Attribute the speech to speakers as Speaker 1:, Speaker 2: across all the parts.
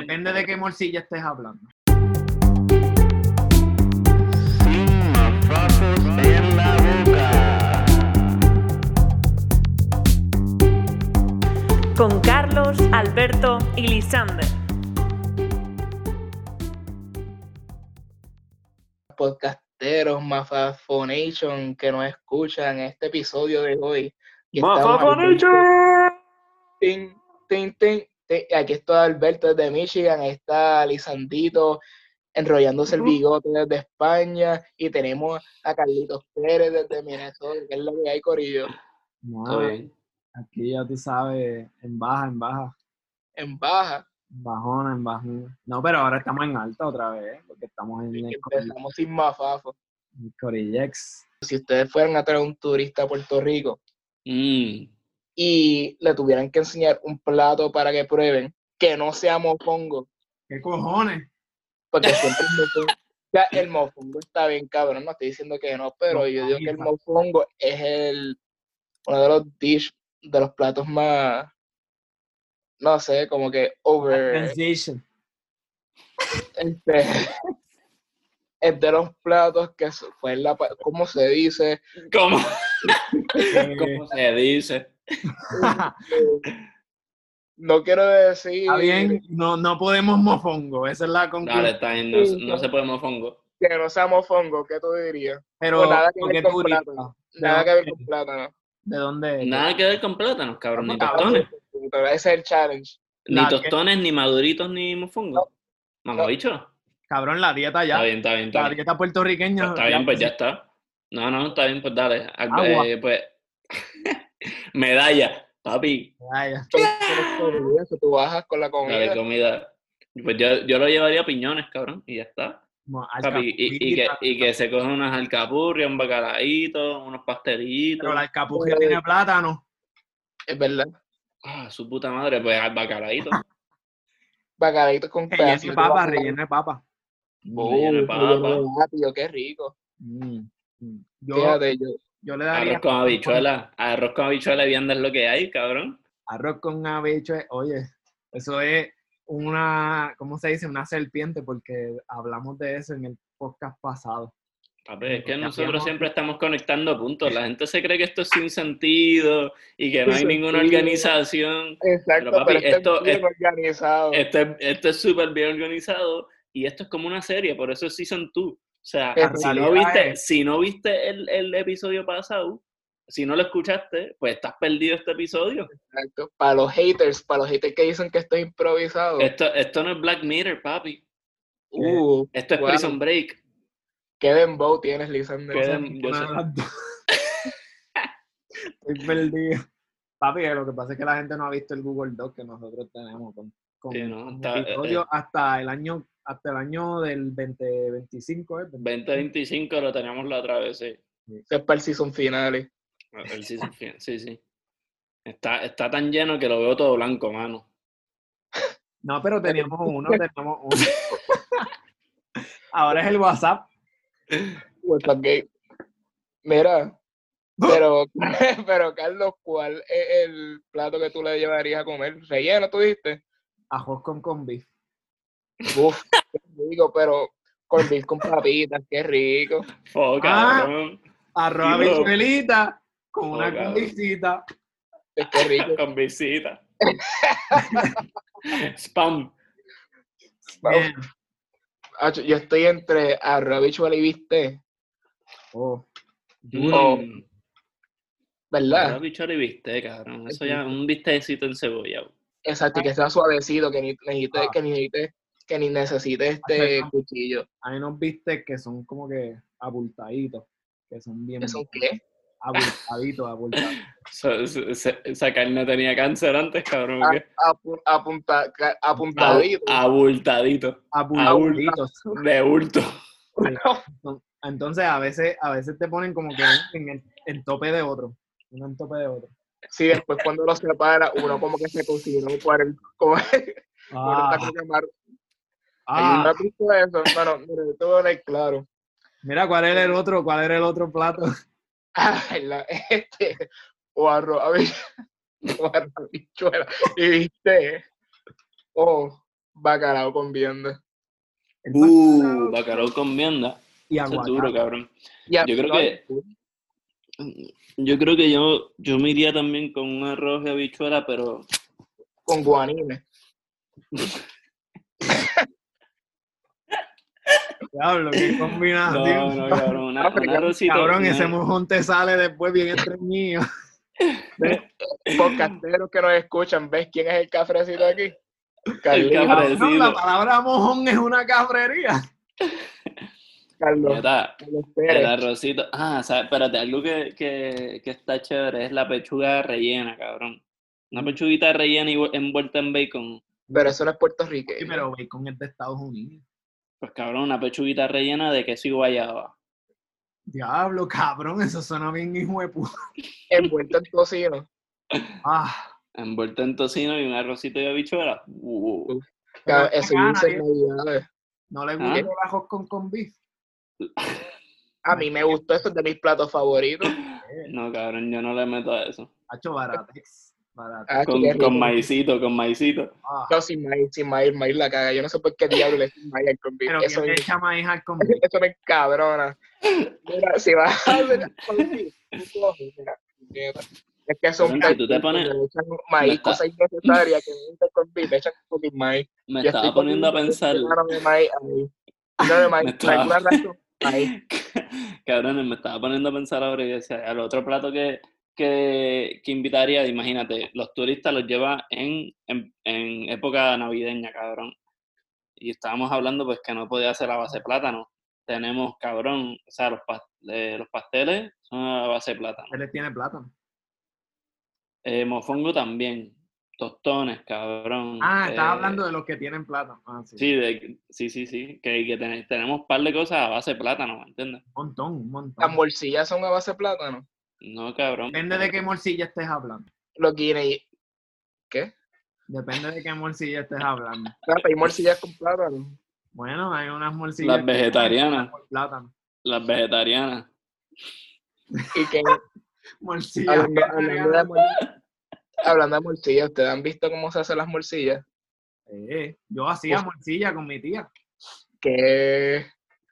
Speaker 1: Depende de qué morcilla estés hablando.
Speaker 2: Sin mafacos en la boca.
Speaker 3: Con Carlos, Alberto y Lisander.
Speaker 4: podcasteros, Mafafonation, que nos escuchan este episodio de hoy. Que estamos
Speaker 3: ¡Mafafonation!
Speaker 4: al- Tin, tin, tin, tin. Aquí está Alberto desde Michigan, ahí está Lisandito enrollándose el bigote desde España y tenemos a Carlitos Pérez desde Minnesota, que es lo que hay, Corillo,
Speaker 1: Nada, aquí ya tú sabes, en baja, en baja,
Speaker 4: en baja.
Speaker 1: en bajona, en bajona. No, pero ahora estamos en alta otra vez, porque estamos en el, Cori-
Speaker 4: Empezamos sin Mafafo.
Speaker 1: el Corillex.
Speaker 4: Si ustedes fueran a traer un turista a Puerto Rico
Speaker 5: Mm,
Speaker 4: y le tuvieran que enseñar un plato para que prueben, que no sea mofongo,
Speaker 1: ¿Qué cojones?
Speaker 4: Porque siempre el mofongo, o sea, el mofongo está bien cabrón, no estoy diciendo que no, pero yo digo que el mofongo es el uno de los dish, de los platos más, no sé, como que
Speaker 5: Eh.
Speaker 4: over,
Speaker 1: Transition.
Speaker 4: este, es de los platos que se- fue la, pa- ¿cómo se dice?
Speaker 5: ¿Cómo,
Speaker 1: Eh,
Speaker 5: ¿Cómo se dice?
Speaker 1: Está
Speaker 4: No quiero decir
Speaker 1: bien, no, no podemos mofongo, esa es la conclusión.
Speaker 5: Dale, Pues está bien, no, no se puede mofongo.
Speaker 4: que no sea mofongo, ¿qué tú dirías?
Speaker 1: pero,
Speaker 4: pues nada que
Speaker 1: ¿por
Speaker 4: ver
Speaker 1: qué
Speaker 4: con
Speaker 1: turista?
Speaker 4: plátano.
Speaker 1: ¿De
Speaker 4: Nada que
Speaker 1: dónde
Speaker 4: ver con
Speaker 1: eres?
Speaker 4: plátano. Ah,
Speaker 1: ¿De dónde eres?
Speaker 5: Nada que ver con plátanos, cabrón, ni tostones.
Speaker 4: Cabrón, Ese es el challenge.
Speaker 5: Ni
Speaker 1: La que-
Speaker 5: tostones, ni maduritos, ni mofongo. Mamá bicho.
Speaker 1: Cabrón, la dieta ya.
Speaker 5: Está bien, está bien,
Speaker 1: La
Speaker 5: está bien.
Speaker 1: dieta puertorriqueña.
Speaker 5: Está bien, pues ya está. No, no, está bien, pues dale. Ah,
Speaker 1: Agua.
Speaker 5: eh, pues. Medalla, papi,
Speaker 1: Ya, ya.
Speaker 4: Tú- tú eres estadounidense, Tú bajas con la
Speaker 5: la de
Speaker 4: comida.
Speaker 5: comida. Pues yo, yo lo llevaría a piñones, cabrón, y ya está.
Speaker 1: Mo-
Speaker 5: Papi, y, y que,
Speaker 1: alcapurrita.
Speaker 5: y que se cojan unas alcapurrias, un bacalaíto, unos pastelitos.
Speaker 1: Pero la alcapurria
Speaker 5: Pues,
Speaker 1: tiene plátano.
Speaker 4: Es verdad.
Speaker 5: Ah, su puta madre, pues al bacalaíto.
Speaker 4: Bacalaitos
Speaker 5: pues,
Speaker 4: con
Speaker 1: Relleno
Speaker 4: pedazos
Speaker 1: de
Speaker 4: de
Speaker 1: papa,
Speaker 4: bacalao.
Speaker 1: relleno de papa.
Speaker 4: Oh,
Speaker 5: Relleno de
Speaker 4: relleno de
Speaker 5: papa.
Speaker 4: apio, qué rico.
Speaker 1: Mm, mm. Yo,
Speaker 4: Fíjate, yo,
Speaker 1: yo le
Speaker 5: Arroz
Speaker 1: daría
Speaker 5: con habichuela. Arroz con habichuela y vianda es lo que hay, cabrón.
Speaker 1: arroz con habichuelas. Oye, eso es una, ¿cómo se dice? Una serpiente, porque hablamos de eso en el podcast pasado.
Speaker 5: Papi,
Speaker 4: Pues,
Speaker 5: es que
Speaker 1: Porque
Speaker 5: nosotros
Speaker 1: hacíamos-
Speaker 5: siempre estamos conectando puntos. La gente se cree que esto es sin sentido y que no hay
Speaker 4: Sin
Speaker 5: ninguna
Speaker 4: sentido.
Speaker 5: organización.
Speaker 4: exacto,
Speaker 5: Pero,
Speaker 4: pero,
Speaker 5: papi,
Speaker 4: esto
Speaker 5: esto
Speaker 4: es bien
Speaker 5: es- eh,
Speaker 4: organizado.
Speaker 5: Esto es- esto es súper bien organizado y esto es como una serie, por eso es Season 2. O sea,
Speaker 4: La
Speaker 5: Eh, si no
Speaker 1: realidad
Speaker 5: viste,
Speaker 1: es-
Speaker 5: si no viste el, el episodio pasado, si no lo escuchaste, pues estás perdido este episodio.
Speaker 4: exacto. Para los haters, para los haters que dicen que esto es improvisado.
Speaker 5: Esto, esto no es Black Mirror, papi.
Speaker 4: uh,
Speaker 5: Esto es
Speaker 4: Wow.
Speaker 5: Prison Break.
Speaker 4: qué dembow tienes, Lisander.
Speaker 5: Qué
Speaker 1: No sé
Speaker 5: dem- eh, yo
Speaker 1: ninguna
Speaker 5: sé.
Speaker 1: de las dos. Estoy perdido. Papi, lo que pasa es que la gente no ha visto el Google Doc que nosotros tenemos con, con-
Speaker 5: Sí, no,
Speaker 1: con
Speaker 5: está- eh,
Speaker 1: episodios hasta el año hasta el año del 2025, ¿eh?
Speaker 5: 2025 lo tenemos la otra vez, sí.
Speaker 4: Esto es para el season finale.
Speaker 1: Ah,
Speaker 5: El season fin- sí, sí. Está, está tan lleno que lo veo todo blanco, mano.
Speaker 1: No, pero teníamos uno, teníamos uno. Ahora es el WhatsApp.
Speaker 4: What's up, gay? Pues, Mira, pero, pero Carlos, ¿cuál es el plato que tú le llevarías a comer? ¿Relleno, tú dijiste?
Speaker 1: Ajos con con beef.
Speaker 4: Uf, qué rico, pero con beef con papitas, qué rico.
Speaker 5: Oh,
Speaker 1: Ah.
Speaker 5: cabrón.
Speaker 1: Arroz
Speaker 5: Y luego-
Speaker 1: habichuelita con
Speaker 5: Oh,
Speaker 1: una
Speaker 5: cabrón.
Speaker 1: condicita.
Speaker 4: Qué rico.
Speaker 5: Con visita. Spam.
Speaker 4: Vamos.
Speaker 1: Bien.
Speaker 4: Acho, Yo estoy entre arroz, habichuela y viste,
Speaker 1: Oh,
Speaker 4: Oh,
Speaker 5: Mm. Ahora
Speaker 4: ¿verdad?
Speaker 5: bichar y bistec, cabrón. Eso ya, un bistecito en cebolla.
Speaker 4: Exacto, y que sea suavecito, que ni necesite,
Speaker 1: Ah.
Speaker 4: que ni necesite, que ni necesite este
Speaker 1: Acerca.
Speaker 4: cuchillo.
Speaker 1: hay unos bistecs que son como que abultaditos, que son bien
Speaker 4: ¿Eso qué?
Speaker 1: abultaditos, abultaditos.
Speaker 5: Eso- eso- esa, esa carne tenía cáncer antes, cabrón.
Speaker 4: Ah,
Speaker 5: ¿o qué?
Speaker 4: Apu- apunta- ca-
Speaker 5: Abu-
Speaker 4: apuntadito.
Speaker 5: Abultaditos.
Speaker 1: Abultaditos.
Speaker 5: De bulto.
Speaker 1: Entonces a veces, a veces te ponen como que en el, en tope de otro. Uno en tope de otro.
Speaker 4: Sí, después cuando lo separa, uno como que se cocinó por el. Como, uno está como que mar-
Speaker 1: ah.
Speaker 4: ¿No has visto eso? Bueno, mira, yo te voy a hablar claro.
Speaker 1: Mira, ¿cuál era el otro? ¿Cuál era el otro plato?
Speaker 4: Ah, la- este, o arroz, habi- o arroz habichuela, y viste, o bacalao con vianda.
Speaker 1: El
Speaker 5: Uh,
Speaker 1: bacalao
Speaker 5: bacalao con vianda.
Speaker 1: y
Speaker 5: Eso es
Speaker 1: aguacate.
Speaker 5: duro, cabrón.
Speaker 4: Ya,
Speaker 5: Yo creo que- Yo creo que yo, yo me iría también con un arroz de habichuela, pero
Speaker 4: Con guanines.
Speaker 1: Diablo, qué
Speaker 5: No,
Speaker 1: combinación.
Speaker 5: no, cabrón. Una,
Speaker 4: Ah, pero
Speaker 5: un
Speaker 4: ya-
Speaker 5: arrocito,
Speaker 1: Ah, Cabrón,
Speaker 5: una-
Speaker 1: ese mojón te sale después bien estreñido.
Speaker 4: Podcasteros que nos escuchan, ¿ves quién es el cafrecito aquí?
Speaker 5: cafre.
Speaker 4: Carlitos.
Speaker 1: No, la palabra mojón es una cafrería.
Speaker 4: Carlos,
Speaker 5: puñeta,
Speaker 4: Carlos
Speaker 5: El
Speaker 4: Pérez.
Speaker 5: arrocito. Ah, o sea, espérate, algo que, que, que está chévere es la pechuga rellena, cabrón.
Speaker 1: Mm.
Speaker 5: Una pechuguita rellena y vu- envuelta en bacon.
Speaker 4: Pero eso no es
Speaker 1: Sí,
Speaker 4: puertorriqueño.
Speaker 1: pero bacon es de Estados Unidos.
Speaker 5: Pues cabrón, una pechuguita rellena de queso y guayaba.
Speaker 1: Diablo, cabrón, eso suena bien hijo de puta.
Speaker 4: Envuelto en tocino.
Speaker 1: Ah,
Speaker 5: Envuelta en tocino y un arrocito de habichuela. Uh,
Speaker 1: Pero
Speaker 4: Ca-
Speaker 1: es
Speaker 4: Eso
Speaker 1: vegana,
Speaker 4: yo hice en
Speaker 1: ¿eh?
Speaker 4: Navidades.
Speaker 1: no le
Speaker 5: Ah.
Speaker 1: gusta el ajo con con beef.
Speaker 4: A mí me gustó, esto es de mis platos favoritos.
Speaker 5: No, cabrón, yo no le meto a eso.
Speaker 1: Hacho baratex. Baratex.
Speaker 4: Ah,
Speaker 5: Con,
Speaker 4: qué rico.
Speaker 5: con maicito, con maicito.
Speaker 1: Ah.
Speaker 4: No, sin maíz, sin maíz, maíz la caga. Yo no sé por qué diablo le dicen maíz al convite.
Speaker 1: Pero
Speaker 4: Eso,
Speaker 1: ¿quién le
Speaker 4: me-
Speaker 1: echa maíz al con beef?
Speaker 4: eso me cabrona. Mira, si vas a hacer convite, tú coges, mira, mira. Es que son
Speaker 5: Bueno, si tú te
Speaker 4: calditos,
Speaker 5: pones-
Speaker 4: le echan maíz,
Speaker 5: está.
Speaker 4: cosas innecesarias que no te convite, le echan fucking maíz.
Speaker 5: Me
Speaker 4: Yo
Speaker 5: estaba
Speaker 4: estoy
Speaker 5: poniendo a
Speaker 4: comiendo
Speaker 5: pensar.
Speaker 4: un grano de maíz ahí. Un grano de maíz,
Speaker 5: Me
Speaker 4: por alguna
Speaker 5: estaba-
Speaker 4: razón, maíz.
Speaker 5: Cabrón, me estaba poniendo a pensar ahora y yo decía, el otro plato que, que, que invitaría, imagínate, los turistas los lleva en, en, en época navideña, cabrón. Y estábamos hablando pues que no podía ser a base de plátano. Tenemos, cabrón, o sea, los, pas- eh, los pasteles son a base de plátano.
Speaker 1: Él le tiene plátano.
Speaker 5: Eh, mofongo también. Tostones, cabrón.
Speaker 1: Ah, estaba
Speaker 5: eh,
Speaker 1: hablando de los que tienen plátano. Ah, sí.
Speaker 5: Sí, de- sí, sí, sí. Que, que ten- tenemos un par de cosas a base de plátano, ¿me entiendes?
Speaker 1: Un montón, un
Speaker 4: Las
Speaker 1: montón.
Speaker 4: morcillas son a base de plátano.
Speaker 5: No, cabrón.
Speaker 1: Depende de qué morcilla estés hablando.
Speaker 4: Los guineí.
Speaker 1: Depende de qué morcilla estés hablando.
Speaker 4: Claro, hay morcillas con plátano.
Speaker 1: Bueno, hay unas morcillas.
Speaker 5: Las
Speaker 1: que tienen
Speaker 5: vegetarianas.
Speaker 1: Plátano.
Speaker 5: Las vegetarianas.
Speaker 4: Y que
Speaker 1: Morcillas.
Speaker 4: Hablando, hablando de
Speaker 1: vegetarianas.
Speaker 4: mor- hablando de morcillas, ¿ustedes han visto cómo se hacen las morcillas?
Speaker 1: Eh, yo
Speaker 5: Pues-
Speaker 1: hacía morcilla con mi tía.
Speaker 4: Que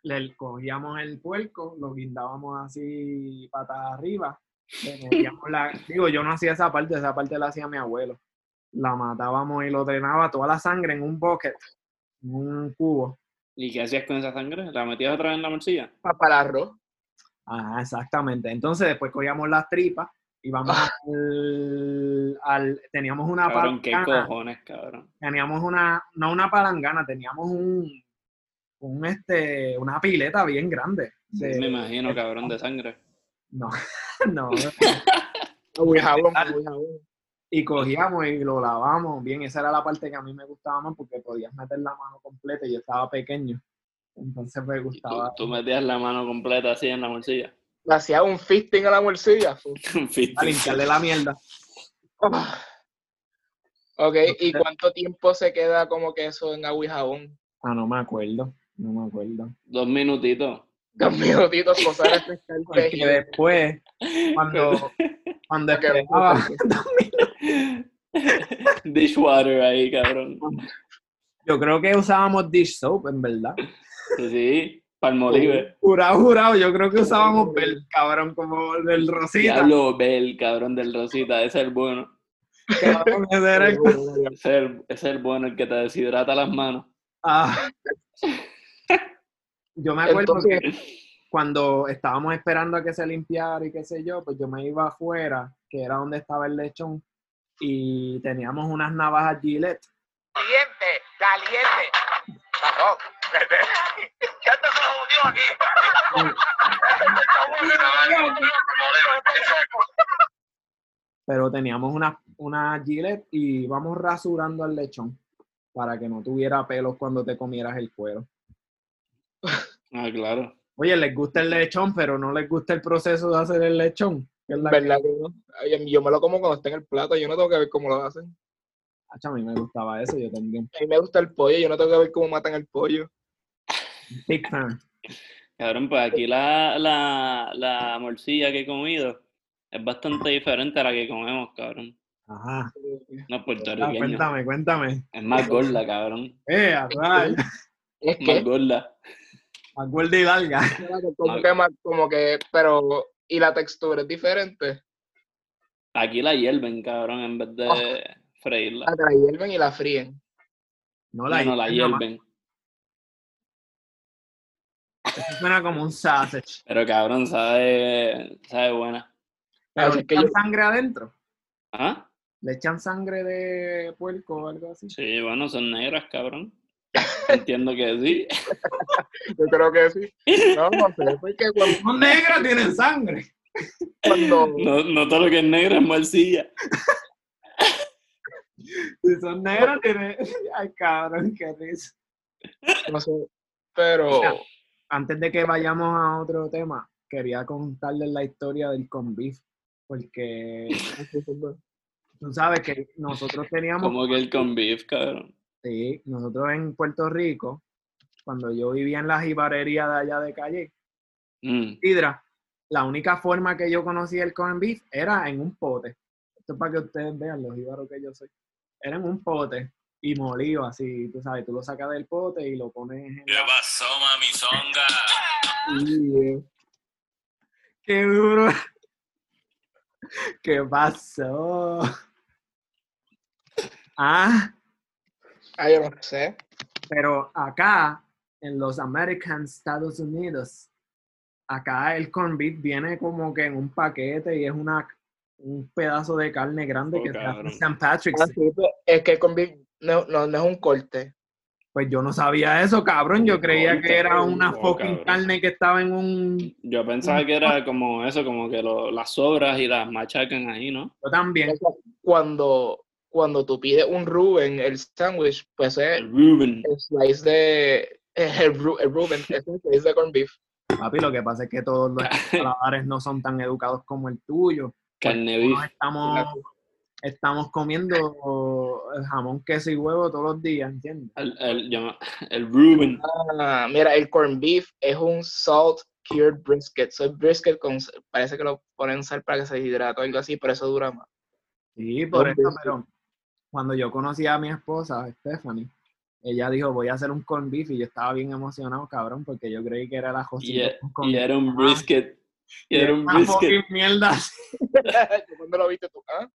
Speaker 1: le cogíamos el puerco, lo guindábamos así patas arriba, le metíamos la, digo, yo no hacía esa parte, esa parte la hacía mi abuelo. La matábamos y lo drenaba toda la sangre en un bucket, en un cubo.
Speaker 5: ¿Y qué hacías con esa sangre? ¿La metías otra vez en la morcilla?
Speaker 4: pa- para el arroz.
Speaker 1: Ah, exactamente. Entonces después cogíamos las tripas y vamos al, al- teníamos una
Speaker 5: Cabrón, qué
Speaker 1: palangana,
Speaker 5: cojones, cabrón.
Speaker 1: teníamos una, no una palangana, teníamos un, un este, una pileta bien grande. de-
Speaker 5: Me imagino, cabrón, de sangre.
Speaker 1: no, no.
Speaker 4: Uy, jabón, uy, jabón.
Speaker 1: y cogíamos y lo lavamos bien. Esa era la parte que a mí me gustaba más porque podías meter la mano completa y yo estaba pequeño. Entonces me
Speaker 5: Y Tú,
Speaker 1: gustaba.
Speaker 5: tú metías la mano completa así en la morcilla.
Speaker 4: Le hacía un fisting a la morcilla. fu.
Speaker 5: En fin,
Speaker 1: A limpiarle la mierda.
Speaker 4: Ah. Ok, ¿y cuánto tiempo se queda como que eso en agua y jabón?
Speaker 1: Ah, no me acuerdo. No me acuerdo.
Speaker 5: dos minutitos.
Speaker 4: Dos minutitos, este cosas de pescar
Speaker 1: Porque
Speaker 4: peje.
Speaker 1: después, cuando, cuando
Speaker 4: Ok,
Speaker 1: esperaba,
Speaker 5: Dishwater ahí, cabrón.
Speaker 1: yo creo que usábamos dish soap, en verdad.
Speaker 5: Sí, sí. Palmolive.
Speaker 1: Jurado, jurado, yo creo que usábamos el cabrón, como el rosita.
Speaker 5: Diablo Bel, cabrón del Rosita. Ese es el bueno.
Speaker 1: Cabrón, ese era el-
Speaker 5: Ese es el, ese es el bueno, el que te deshidrata las manos.
Speaker 1: Ah. Yo me acuerdo
Speaker 4: Entonces,
Speaker 1: que cuando estábamos esperando a que se limpiara y qué sé yo, pues yo me iba afuera, que era donde estaba el lechón, y teníamos unas navajas Gillette.
Speaker 6: caliente, caliente. Cabrón. Ya te jodió aquí.
Speaker 1: Pero teníamos unas unas Gillette y íbamos rasurando al lechón para que no tuviera pelos cuando te comieras el cuero.
Speaker 5: Ah, claro.
Speaker 1: Oye, les gusta el lechón, pero no les gusta el proceso de hacer el lechón. que es la que-
Speaker 4: ¿verdad que no? Ay, a mí- Yo me lo como cuando está en el plato, yo no tengo que ver cómo lo hacen.
Speaker 1: Acho, a mí me gustaba eso, yo también.
Speaker 4: A mí me gusta el pollo, yo no tengo que ver cómo matan el pollo.
Speaker 1: Big fan.
Speaker 5: Cabrón, pues aquí la, la, la morcilla que he comido es bastante diferente a la que comemos, cabrón.
Speaker 1: Ajá.
Speaker 5: No,
Speaker 1: Ah,
Speaker 5: puertorriqueño.
Speaker 1: cuéntame, cuéntame.
Speaker 5: Es más gorda, cabrón.
Speaker 1: Eh, a rayos.
Speaker 4: Es
Speaker 5: Es más
Speaker 4: que,
Speaker 5: gorda.
Speaker 1: Me acuerdo y larga.
Speaker 4: como que, más- como que, pero, y la textura es diferente.
Speaker 5: Aquí la hierven, cabrón, en vez de freírla.
Speaker 4: La que la hierven y la fríen.
Speaker 1: Ah, No
Speaker 5: No,
Speaker 1: la,
Speaker 5: no, la
Speaker 1: hierven, nada
Speaker 5: hierven.
Speaker 1: más. Suena como un sausage.
Speaker 5: Pero cabrón, sabe, sabe buena.
Speaker 1: Pero
Speaker 4: Así
Speaker 1: le
Speaker 4: que
Speaker 1: echan
Speaker 4: yo-
Speaker 1: sangre adentro.
Speaker 5: ¿Ah?
Speaker 1: Le echan sangre de puerco o algo así.
Speaker 5: Sí, bueno, son negras, cabrón. Entiendo que sí.
Speaker 4: Yo creo que sí. No, no sé, porque cuando,
Speaker 1: Los negros tienen sangre.
Speaker 4: cuando-
Speaker 5: No, no todo lo que es negro es morcilla.
Speaker 1: Si son negros, tienen. Ay, cabrón, qué risa.
Speaker 4: no sé, pero
Speaker 1: Antes de que vayamos a otro tema, quería contarles la historia del convif. Porque tú sabes que nosotros teníamos
Speaker 5: Como que el con beef, cabrón.
Speaker 1: Sí, nosotros en Puerto Rico, cuando yo vivía en la jibarería de allá de Calle,
Speaker 5: Mm.
Speaker 1: Hidra, la única forma que yo conocía el corn beef era en un pote. Esto es para que ustedes vean los jibaros que yo soy. Era en un pote y molido así, tú sabes, tú lo sacas del pote y lo pones en la-
Speaker 2: pasó, mami songa?
Speaker 1: ¡Qué duro! ¿Qué pasó? Ah,
Speaker 4: ay, yo no sé.
Speaker 1: Pero acá, en los American Estados Unidos, acá el corn beef viene como que en un paquete y es una, un pedazo de carne grande
Speaker 5: Oh,
Speaker 1: que se hace en
Speaker 5: cabrón.
Speaker 1: St. Patrick's.
Speaker 4: Ah, sí, pues, es que el conviv- no, no, no es un corte.
Speaker 1: Pues yo no sabía eso, cabrón. Yo
Speaker 5: Un
Speaker 1: creía
Speaker 5: corte,
Speaker 1: que era
Speaker 5: un-
Speaker 1: una
Speaker 5: oh,
Speaker 1: fucking
Speaker 5: cabrón.
Speaker 1: carne que estaba en un...
Speaker 5: Yo pensaba que era como eso, como que lo- las sobras y las machacan ahí, ¿no?
Speaker 1: Yo también.
Speaker 4: O sea, Cuando, cuando tú pides un Rubén, el sándwich, pues es
Speaker 5: El Reuben.
Speaker 4: el slice de. El, Ru- el Reuben, es un slice de corn beef.
Speaker 1: Papi, lo que pasa es que todos los paladares no son tan educados como el tuyo.
Speaker 5: Carne
Speaker 1: Nosotros
Speaker 5: beef.
Speaker 1: estamos, estamos comiendo jamón, queso y huevo todos los días, ¿entiendes?
Speaker 5: El, el, llama- el Reuben.
Speaker 4: Ah, mira, el corn beef es un salt cured brisket. So, el brisket con, parece que lo ponen sal para que se hidrate o algo así, pero eso dura más.
Speaker 1: Sí, por eso,
Speaker 4: veces.
Speaker 1: pero cuando yo conocí a mi esposa, Stephanie, ella dijo, voy a hacer un corn beef y yo estaba bien emocionado, cabrón, porque yo creí que era la
Speaker 5: Y,
Speaker 1: cosita
Speaker 5: e- y era un brisket. Y era un
Speaker 1: una
Speaker 5: brisket.
Speaker 1: fucking mierda. así.
Speaker 4: ¿Cuándo lo viste tú? Ah,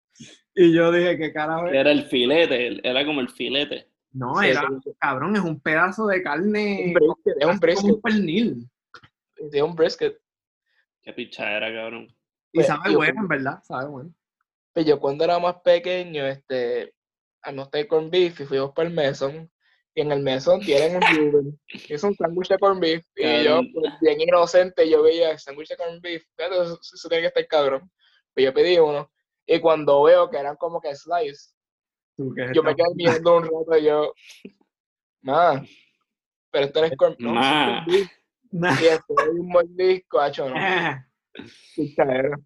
Speaker 1: Y yo dije, ¿qué carajo es?
Speaker 5: Era el filete. el- Era como el filete.
Speaker 1: No,
Speaker 4: sí,
Speaker 1: era,
Speaker 4: sí, sí.
Speaker 1: cabrón, es un pedazo de carne
Speaker 4: Un brisket, es un
Speaker 1: como
Speaker 4: brisket.
Speaker 1: un pernil.
Speaker 4: Es un brisket.
Speaker 5: Qué pichadera, cabrón.
Speaker 1: Y
Speaker 4: Pues,
Speaker 1: sabe
Speaker 4: yo-
Speaker 1: bueno, en verdad, sabe bueno.
Speaker 4: Pues yo cuando era más pequeño, este, a mí con corn beef y fuimos para el Meson. Y en el Meson tienen un Reuben. que Es un sándwich de corn beef. Y yo,
Speaker 5: Cabrón.
Speaker 4: pues, bien inocente, yo veía el sándwich de corn beef. Claro, eso, eso tiene que estar cabrón. Pues yo pedí uno. Y cuando veo que eran como que slice,
Speaker 1: Tú, que es
Speaker 4: yo me
Speaker 1: esta-
Speaker 4: quedé viendo un rato y yo, ma, pero esto no es corn, no, esto es
Speaker 5: Ma.
Speaker 4: corn beef. Y después un mordisco, hacho, no, pichadera.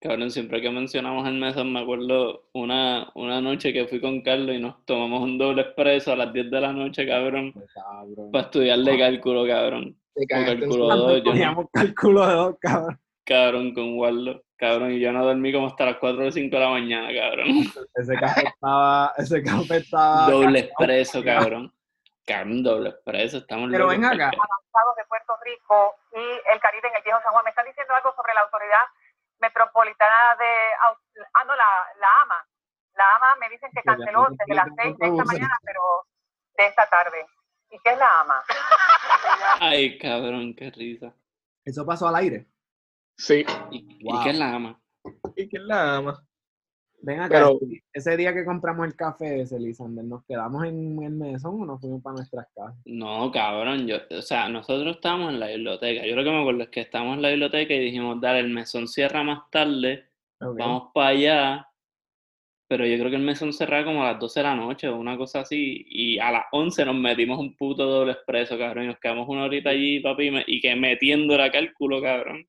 Speaker 5: Cabrón, siempre que mencionamos el mesón, me acuerdo una, una noche que fui con Carlos y nos tomamos un doble expreso a las 10 de la noche, cabrón,
Speaker 1: Cabrón.
Speaker 5: para estudiarle cálculo, cabrón.
Speaker 4: Te
Speaker 5: Con
Speaker 4: cagaste
Speaker 5: cálculo
Speaker 4: encima.
Speaker 5: dos, yo no-
Speaker 1: Poníamos cálculo de dos, cabrón.
Speaker 5: cabrón, con Warlock. Cabrón, y yo no dormí como hasta las 4 o 5 de la mañana, cabrón.
Speaker 1: Ese café estaba, ese café estaba...
Speaker 5: doble expreso, cabrón. Cabrón, doble expreso, estamos
Speaker 1: Pero
Speaker 5: locos,
Speaker 1: ven acá.
Speaker 5: porque-
Speaker 7: estados de Puerto Rico y el Caribe en el Viejo San Juan. Me están diciendo algo sobre la autoridad metropolitana de. Au- Ah, no, la, la AMA. La AMA me dicen que
Speaker 1: Que ya
Speaker 7: canceló
Speaker 1: no
Speaker 7: desde las
Speaker 1: tiene
Speaker 7: 6 de esta
Speaker 1: autobuses.
Speaker 7: mañana, pero de esta tarde. ¿Y qué es la AMA?
Speaker 5: Ay, cabrón, qué risa.
Speaker 1: Eso pasó al aire.
Speaker 4: Sí,
Speaker 5: ¿Y, y
Speaker 1: Wow.
Speaker 5: qué es la ama?
Speaker 4: y que la ama.
Speaker 1: Ven acá,
Speaker 4: Pero
Speaker 1: ese día que compramos el café ese, Lisander, ¿nos quedamos en el mesón o nos fuimos para nuestras casas?
Speaker 5: No, cabrón, yo, o sea, nosotros estábamos en la biblioteca. Yo lo que me acuerdo es que estábamos en la biblioteca y dijimos, dale, el mesón cierra más tarde,
Speaker 1: Ok.
Speaker 5: vamos para allá. Pero yo creo que el mesón cerraba como a las 12 de la noche o una cosa así. Y a las 11 nos metimos un puto doble expreso, cabrón. Y nos quedamos una horita allí, papi, y me- y que metiendo era cálculo, cabrón.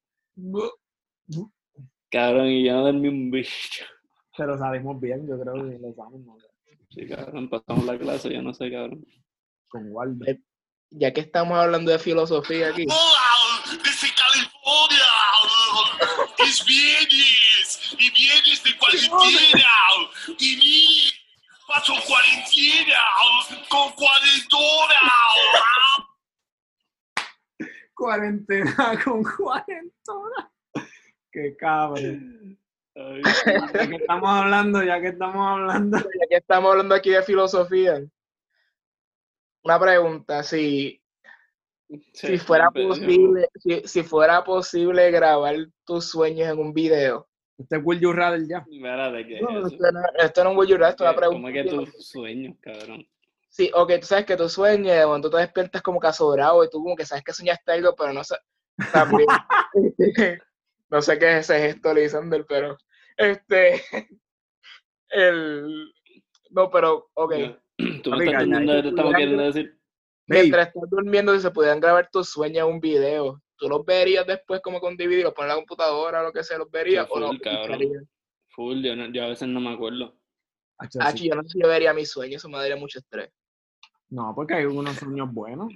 Speaker 5: Cabrón, y yo no dormí un bicho.
Speaker 1: Pero salimos bien, yo creo que lo saben ¿no?
Speaker 5: Sí, cabrón, pasamos la clase, yo no sé, cabrón.
Speaker 1: con Waldo.
Speaker 4: Eh, ya que estamos hablando de filosofía aquí,
Speaker 2: ¡Hola! Desde California. Mis bienes. Y bienes de cuarentena. Y mi paso cuarentena con cuarentona.
Speaker 1: Cuarentena con cuarentona. Qué cabrón.
Speaker 5: Ay,
Speaker 1: Ya que estamos hablando, ya que estamos hablando.
Speaker 4: ya que estamos hablando aquí de filosofía, una pregunta, si, si
Speaker 5: che,
Speaker 4: fuera
Speaker 5: pero-
Speaker 4: posible, si, si fuera posible grabar tus sueños en un video.
Speaker 1: Este es Will You Rather ya.
Speaker 5: Espérate, ¿qué es
Speaker 4: No,
Speaker 5: eso?
Speaker 4: esto no, esto no es un guayurá, esto es una
Speaker 5: Eh, ¿Cómo
Speaker 4: pregunta.
Speaker 5: es que tus sueños, cabrón?
Speaker 4: Sí, ok, tú sabes que tú sueñas, cuando tú te despiertas como que azorado y tú como que sabes que soñaste algo, pero no sé. También. no sé qué es ese gesto, Lisander, pero. Este. El. No, pero, ok.
Speaker 5: Ya. ¿Tú me
Speaker 1: Papi,
Speaker 5: estás entendiendo
Speaker 1: ya,
Speaker 5: lo que te estamos
Speaker 4: ya,
Speaker 5: queriendo decir?
Speaker 4: Mientras estás durmiendo, si se pudieran grabar tus sueños en un video, ¿tú los verías después como con DVD, los pones en la computadora o lo que sea, los verías
Speaker 5: Qué
Speaker 4: o no?
Speaker 5: full, cabrón. Full, yo, no- yo a veces no me acuerdo.
Speaker 1: Hacho,
Speaker 4: Ah,
Speaker 1: sí.
Speaker 4: yo no sé si yo vería mis sueños, eso me daría mucho estrés.
Speaker 1: No, porque hay unos sueños buenos.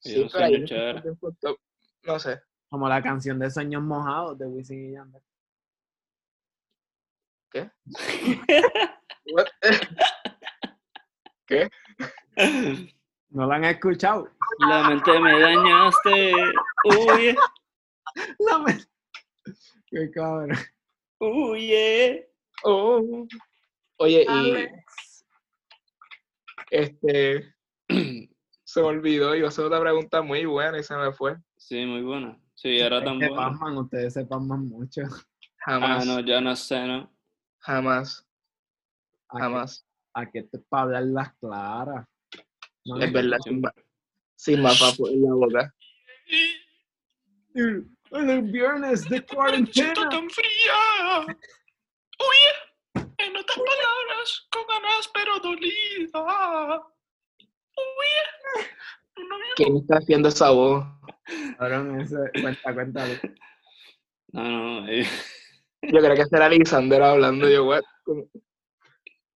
Speaker 5: Sí,
Speaker 4: Sí,
Speaker 5: un
Speaker 4: pero ahí
Speaker 5: sueño
Speaker 4: no sé
Speaker 5: chévere.
Speaker 4: cuánto tiempo- No sé.
Speaker 1: Como la canción de Sueños Mojados de Wisin y Yandel.
Speaker 4: What?
Speaker 1: No la han escuchado.
Speaker 5: La mente me dañaste. Huye,
Speaker 1: La me- Qué cabrón.
Speaker 5: huye.
Speaker 4: Oh. Oye, y este se me olvidó, iba a hacer otra pregunta muy buena y se me fue.
Speaker 5: Sí, muy buena. Sí, era tan
Speaker 1: Ustedes se
Speaker 5: buena.
Speaker 1: pasman, ustedes se pasman mucho.
Speaker 5: Ah,
Speaker 4: Jamás,
Speaker 5: no, yo no sé, ¿no?
Speaker 4: jamás,
Speaker 5: Ah,
Speaker 1: ¿A qué-
Speaker 4: jamás.
Speaker 1: ¿A qué te para hablar las claras? No, no.
Speaker 4: Es verdad, sin, ma- sin más papo en la boca.
Speaker 1: El el viernes de
Speaker 2: Siento
Speaker 1: cuarentena.
Speaker 2: tan fría. Huye. En otras palabras, con ganas pero dolida. Huye. Tu novio
Speaker 4: ¿Quién está haciendo esa voz?
Speaker 1: Cabrón, ese- Cuenta, cuenta.
Speaker 5: No, no, eh,
Speaker 4: Yo creo que será Lisandro hablando yo, what?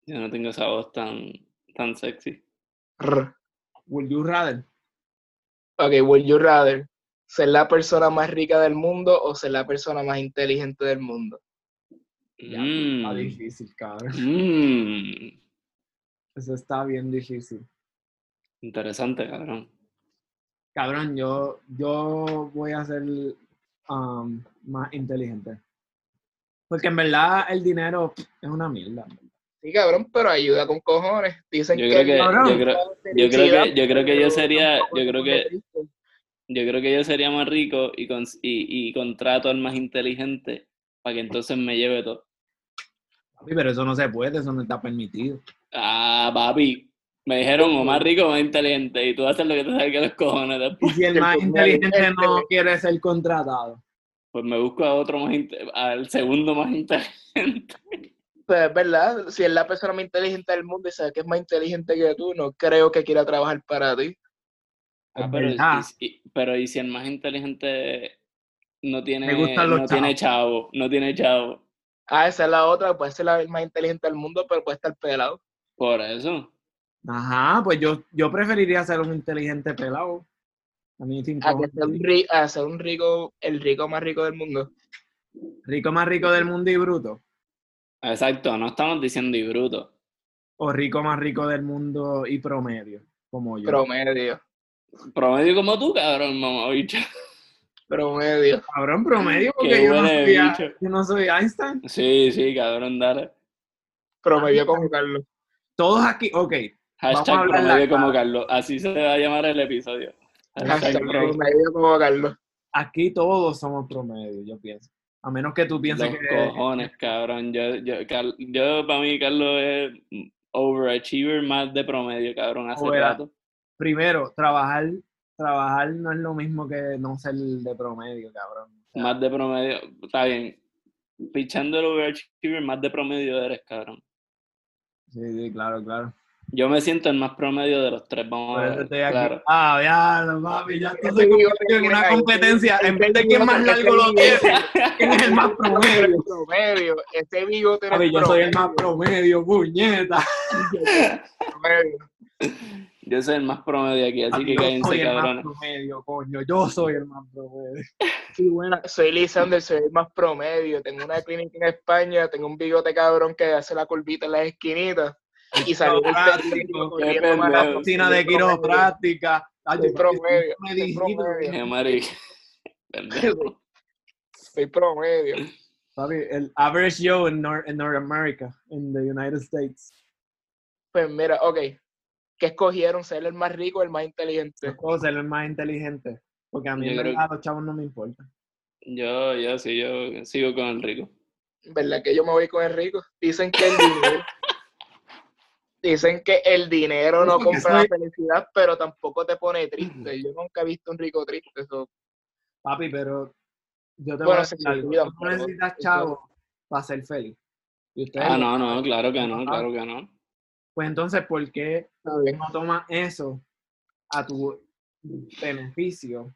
Speaker 5: yo no tengo esa voz tan, tan sexy.
Speaker 4: Rr.
Speaker 1: Will you rather?
Speaker 4: Ok, would you rather ser la persona más rica del mundo o ser la persona más inteligente del mundo?
Speaker 1: Ya,
Speaker 5: Mm,
Speaker 1: Está difícil, cabrón.
Speaker 5: mm,
Speaker 1: Eso está bien difícil.
Speaker 5: interesante, cabrón.
Speaker 1: Cabrón, yo, yo voy a ser um, más inteligente. Porque en verdad el dinero pff, es una mierda.
Speaker 4: Sí, cabrón, pero ayuda con cojones. Dicen
Speaker 5: Yo creo que-
Speaker 1: yo
Speaker 5: creo- yo creo que- yo creo que yo sería- yo creo que- Yo creo que yo sería más rico y, cons- y, y contrato al más inteligente para que entonces me lleve todo.
Speaker 1: Papi, Pero eso no se puede, eso no está permitido.
Speaker 5: Ah, papi. Me dijeron o más rico o más inteligente. Y tú haces lo que te salga de los cojones después.
Speaker 1: Y si el
Speaker 4: Que
Speaker 1: más
Speaker 4: tú me
Speaker 1: inteligente
Speaker 4: alientes,
Speaker 1: no
Speaker 4: güey.
Speaker 1: quiere ser contratado.
Speaker 5: Pues me busco a otro más inte- al segundo más inteligente.
Speaker 4: Pues es verdad, si es la persona más inteligente del mundo y sabe que es más inteligente que tú, no creo que quiera trabajar para ti.
Speaker 5: Ah,
Speaker 1: Es
Speaker 5: pero, y-
Speaker 1: verdad.
Speaker 5: y, pero y si el más inteligente no tiene,
Speaker 1: Me gustan los
Speaker 5: no tiene chavo, no tiene chavo.
Speaker 4: Ah, esa es la otra, puede ser la más inteligente del mundo, pero puede estar pelado.
Speaker 5: Por eso.
Speaker 1: Ajá, pues yo, yo preferiría ser un inteligente pelado. A mí sin
Speaker 4: A que
Speaker 1: cojones.
Speaker 4: sea un, ri- a ser un rico, el rico más rico del mundo.
Speaker 1: Rico más rico del mundo y bruto.
Speaker 5: Exacto, no estamos diciendo y bruto.
Speaker 1: O rico más rico del mundo y promedio, como yo.
Speaker 4: Promedio,
Speaker 5: Promedio como tú, cabrón, mamá, bicho.
Speaker 4: promedio.
Speaker 1: Cabrón, promedio, porque
Speaker 5: Qué
Speaker 1: yo no,
Speaker 5: huele de
Speaker 1: soy, a-
Speaker 5: bicho.
Speaker 1: yo no soy Einstein.
Speaker 5: Sí, sí, cabrón, dale.
Speaker 1: Ah,
Speaker 4: Promedio con Carlos.
Speaker 1: Todos aquí, ok. Vamos a
Speaker 5: Hashtag
Speaker 1: hablar la
Speaker 5: promedio
Speaker 1: cara.
Speaker 5: como Carlos. Así se va a llamar el episodio.
Speaker 4: Hashtag
Speaker 1: ah,
Speaker 5: Hashtag promedio.
Speaker 4: promedio con Carlos.
Speaker 1: Aquí todos somos promedio, yo pienso. A menos que tú pienses
Speaker 5: Los
Speaker 1: que.
Speaker 5: cojones, cabrón. Yo, yo, Car- yo, para mí, Carlos es overachiever más de promedio, cabrón, hace
Speaker 1: Overa-
Speaker 5: rato.
Speaker 1: Primero, trabajar, trabajar no es lo mismo que no ser de promedio, cabrón. O sea,
Speaker 5: Más de promedio. Está bien. Pichando el overachiever, más de promedio eres, cabrón.
Speaker 1: Sí, sí, claro, claro.
Speaker 5: Yo me siento el más promedio de los tres, vamos
Speaker 1: Por
Speaker 5: a
Speaker 1: eso
Speaker 5: ver.
Speaker 1: estoy aquí.
Speaker 5: Claro.
Speaker 1: Ah, ya, no, papi, ya esto se
Speaker 4: Ese bigote
Speaker 1: convirtió en
Speaker 4: que
Speaker 1: una
Speaker 4: tiene ahí,
Speaker 1: competencia. En vez de
Speaker 4: ese
Speaker 1: quién
Speaker 4: bigote
Speaker 1: más
Speaker 4: que
Speaker 1: largo lo
Speaker 4: tiene ahí.
Speaker 1: tiene, quién es el más promedio.
Speaker 4: Promedio, ese bigote no
Speaker 1: Papi,
Speaker 4: es
Speaker 1: yo soy el más
Speaker 4: promedio.
Speaker 1: promedio, puñeta.
Speaker 4: promedio.
Speaker 5: Yo Yo soy el más promedio aquí, así que
Speaker 1: yo soy
Speaker 5: cállense,
Speaker 1: el más
Speaker 5: cabrones.
Speaker 1: promedio, coño. Yo soy el más promedio. Sí, buena.
Speaker 4: Soy Lisander, soy el más promedio. Tengo una clínica en España, tengo un bigote cabrón que hace la curvita en las esquinitas. Y salí del
Speaker 1: Quiropráctico,
Speaker 4: terreno
Speaker 5: qué
Speaker 4: corriendo más rápido.
Speaker 1: Oficina de quiropráctica. Ay,
Speaker 4: Soy
Speaker 1: yo-
Speaker 4: promedio,
Speaker 1: me
Speaker 4: soy
Speaker 1: dijiste,
Speaker 4: promedio.
Speaker 5: Qué marica. Pendejo.
Speaker 4: Soy promedio.
Speaker 1: papi, el average Joe en North, en North America, en the United States.
Speaker 4: Pues mira, ok. ¿Qué escogieron? ¿Ser el más rico o el más inteligente?
Speaker 1: Yo puedo ser el más inteligente. Porque a mí
Speaker 5: Yo
Speaker 1: en
Speaker 5: creo
Speaker 1: verdad, los chavos no me importa.
Speaker 5: Yo, yo, sí, yo sigo con el rico.
Speaker 4: ¿Verdad que yo me voy con el rico? Dicen que el dinero. Dicen que el dinero no
Speaker 1: Porque
Speaker 4: compra la
Speaker 1: soy-
Speaker 4: felicidad, pero tampoco te pone triste. Yo nunca he visto un rico triste. so-
Speaker 1: Papi, pero yo te voy a
Speaker 4: Bueno,
Speaker 1: decir
Speaker 4: sí,
Speaker 1: algo.
Speaker 4: mira,
Speaker 1: Tú no
Speaker 4: pero-
Speaker 1: necesitas chavos para ser feliz. Y ustedes
Speaker 5: Ah,
Speaker 1: lo-
Speaker 5: no, no, claro que no, claro que
Speaker 4: Ah.
Speaker 5: no.
Speaker 1: Pues entonces, ¿por qué
Speaker 4: Está bien.
Speaker 1: no tomas eso a tu beneficio?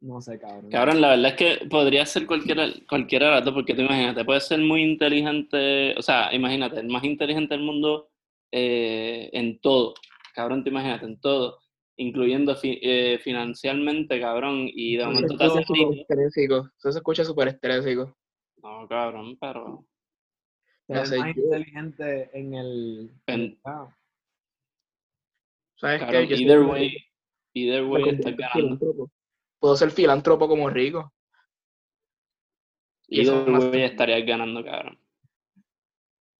Speaker 1: No sé, cabrón.
Speaker 5: Cabrón, la verdad es que podría ser cualquiera, cualquiera de las dos, porque tú imagínate, puedes ser muy inteligente, o sea, imagínate, el más inteligente del mundo eh, en todo, cabrón, te imagínate, en todo, incluyendo fi- eh, financialmente, cabrón, y de
Speaker 4: Eso
Speaker 5: momento te
Speaker 4: se
Speaker 5: haces
Speaker 4: escucha
Speaker 5: rico.
Speaker 4: superestrésico, Eso se escucha súper estrésico.
Speaker 5: No, cabrón, pero
Speaker 1: Ser
Speaker 4: no sé,
Speaker 1: más
Speaker 4: yo-
Speaker 1: inteligente en el...
Speaker 5: En-
Speaker 1: Ah,
Speaker 4: ¿Sabes qué?
Speaker 5: cabrón,
Speaker 4: Yo
Speaker 5: either
Speaker 4: siempre-
Speaker 5: way, either
Speaker 4: me
Speaker 5: way
Speaker 4: convierto
Speaker 5: estás
Speaker 4: en
Speaker 5: ganando.
Speaker 4: filántropo. Puedo ser filántropo como rico. Y eso es
Speaker 5: Either
Speaker 4: más-
Speaker 5: way estarías ganando, cabrón.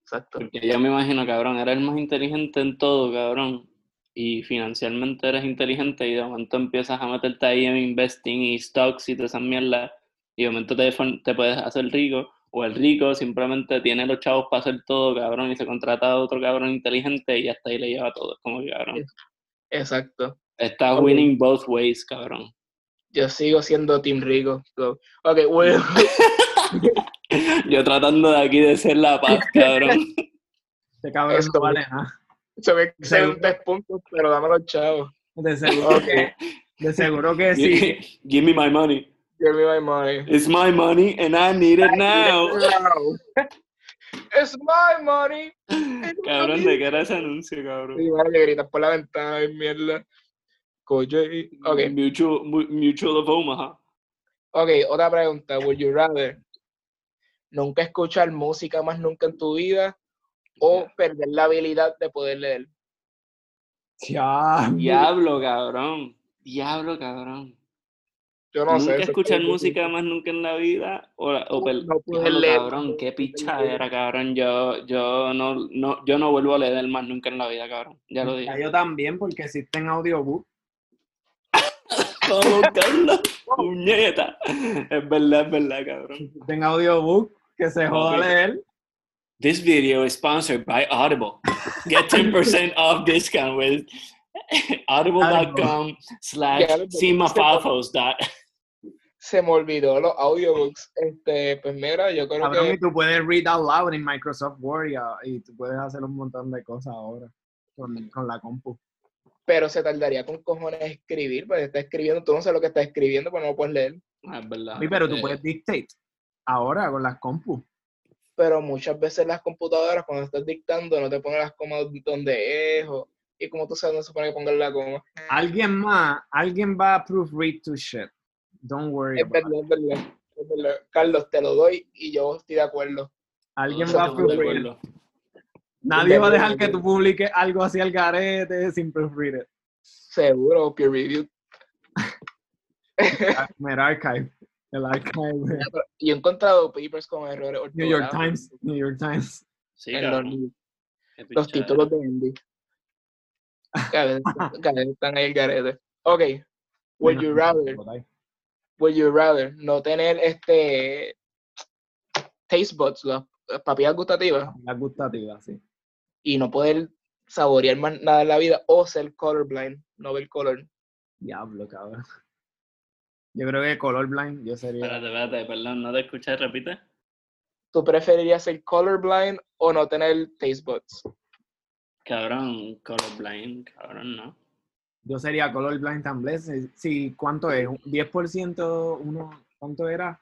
Speaker 4: Exacto.
Speaker 5: Porque yo me imagino, cabrón, eres el más inteligente en todo, cabrón. Y financialmente eres inteligente y de momento empiezas a meterte ahí en investing y stocks y todas esas mierdas. Y de momento te, fon- te puedes hacer rico. O el rico simplemente tiene los chavos para hacer todo, cabrón, y se contrata a otro cabrón inteligente y hasta ahí le lleva todo. Es como que, cabrón.
Speaker 4: Exacto.
Speaker 5: Estás
Speaker 4: Ok.
Speaker 5: winning both ways, cabrón.
Speaker 4: Yo sigo siendo Team Rico. So, Ok, Will.
Speaker 5: Yo tratando de aquí de ser la paz, cabrón.
Speaker 1: Este cabrón
Speaker 4: Eso.
Speaker 1: no vale nada.
Speaker 4: Se me exceden
Speaker 1: Seguro.
Speaker 4: tres puntos, pero dámelo los chavos.
Speaker 1: De seguro,
Speaker 4: Ok,
Speaker 1: de seguro que sí.
Speaker 5: Give, give me my money.
Speaker 4: give me my money.
Speaker 5: It's my money and I need it now.
Speaker 4: It's my money.
Speaker 5: Cabrón, ¿de qué era ese anuncio, cabrón?
Speaker 4: Y vale, gritas por la ventana, ay, mierda. Coño, y- Ok,
Speaker 5: Mutual, Mu- Mutual of Omaha.
Speaker 4: Ok, otra pregunta. Would you rather nunca escuchar música más nunca en tu vida o perder la habilidad de poder leer?
Speaker 1: Ya,
Speaker 5: Diablo, cabrón. Diablo, cabrón.
Speaker 4: Yo no sé.
Speaker 5: nunca
Speaker 4: eso está
Speaker 5: escuchar
Speaker 4: difícil.
Speaker 5: música más nunca en la vida. O, la- o pel-
Speaker 4: No puedes
Speaker 5: Diablo,
Speaker 4: leer. Este,
Speaker 5: cabrón, qué pichadera, cabrón. Yo, yo no, no, yo no vuelvo a leer más nunca en la vida, cabrón. Ya lo
Speaker 1: Ya
Speaker 5: dije.
Speaker 1: yo también, porque existen audiobooks.
Speaker 5: Vamos, Carlos. Puñeta. Es verdad, es verdad, cabrón.
Speaker 1: Existen audiobooks que se joda
Speaker 5: Ok.
Speaker 1: leer.
Speaker 5: This video is sponsored by Audible. Get 10% off discount with audible.com slash Ah,
Speaker 4: Ya lo-
Speaker 5: simafafos dot-
Speaker 4: Se me olvidó los audiobooks. Este, pues mira, yo creo
Speaker 1: Cabrón, y
Speaker 4: que
Speaker 1: tú puedes read out loud en Microsoft Word y, ah, y tú puedes hacer un montón de cosas ahora con, con la compu.
Speaker 4: pero se tardaría con cojones escribir, porque está escribiendo, tú no sabes lo que estás escribiendo, pero no lo puedes leer.
Speaker 5: Ah, es verdad.
Speaker 1: Sí, pero tú
Speaker 5: Eh,
Speaker 1: puedes dictate ahora con las compu.
Speaker 4: Pero muchas veces las computadoras cuando estás dictando no te ponen las comas donde es o- y como tú sabes, no se supone que pongan la coma.
Speaker 1: Alguien más, alguien va a proofread tu shit. Don't worry
Speaker 4: Es
Speaker 1: about it.
Speaker 4: verdad, es verdad, es verdad. Carlos, te lo doy y yo estoy de acuerdo.
Speaker 1: Alguien
Speaker 5: todos
Speaker 1: va a
Speaker 5: estamos de
Speaker 1: proofread.
Speaker 5: acuerdo.
Speaker 1: Nadie va a dejar
Speaker 4: Seguro.
Speaker 1: que tú publiques algo así al garete sin proofread it.
Speaker 4: Seguro, peer review.
Speaker 1: Mira, archive. El archive.
Speaker 4: Y he encontrado papers con errores.
Speaker 1: New York
Speaker 4: ortográficos
Speaker 1: Times. New York Times.
Speaker 5: Sí,
Speaker 4: en los,
Speaker 5: cabrón, qué
Speaker 4: los
Speaker 5: pichadera.
Speaker 4: títulos de Andy. Cada vez- cada vez están ahí el garete. Ok. Would you rather, would you rather no tener este taste buds, las las papilas gustativas,
Speaker 1: La gustativa, sí.
Speaker 4: y no poder saborear más nada en la vida o ser colorblind, no ver color?
Speaker 1: Diablo, cabrón. Yo creo que colorblind, yo sería.
Speaker 5: Espérate, espérate, perdón, no te escuché, repite.
Speaker 4: ¿Tú preferirías ser colorblind o no tener taste buds?
Speaker 5: Cabrón, colorblind, cabrón, ¿no?
Speaker 1: Yo sería colorblind también. Si, si- ¿Cuánto es? ¿Un ¿10%? Uno, ¿Cuánto era?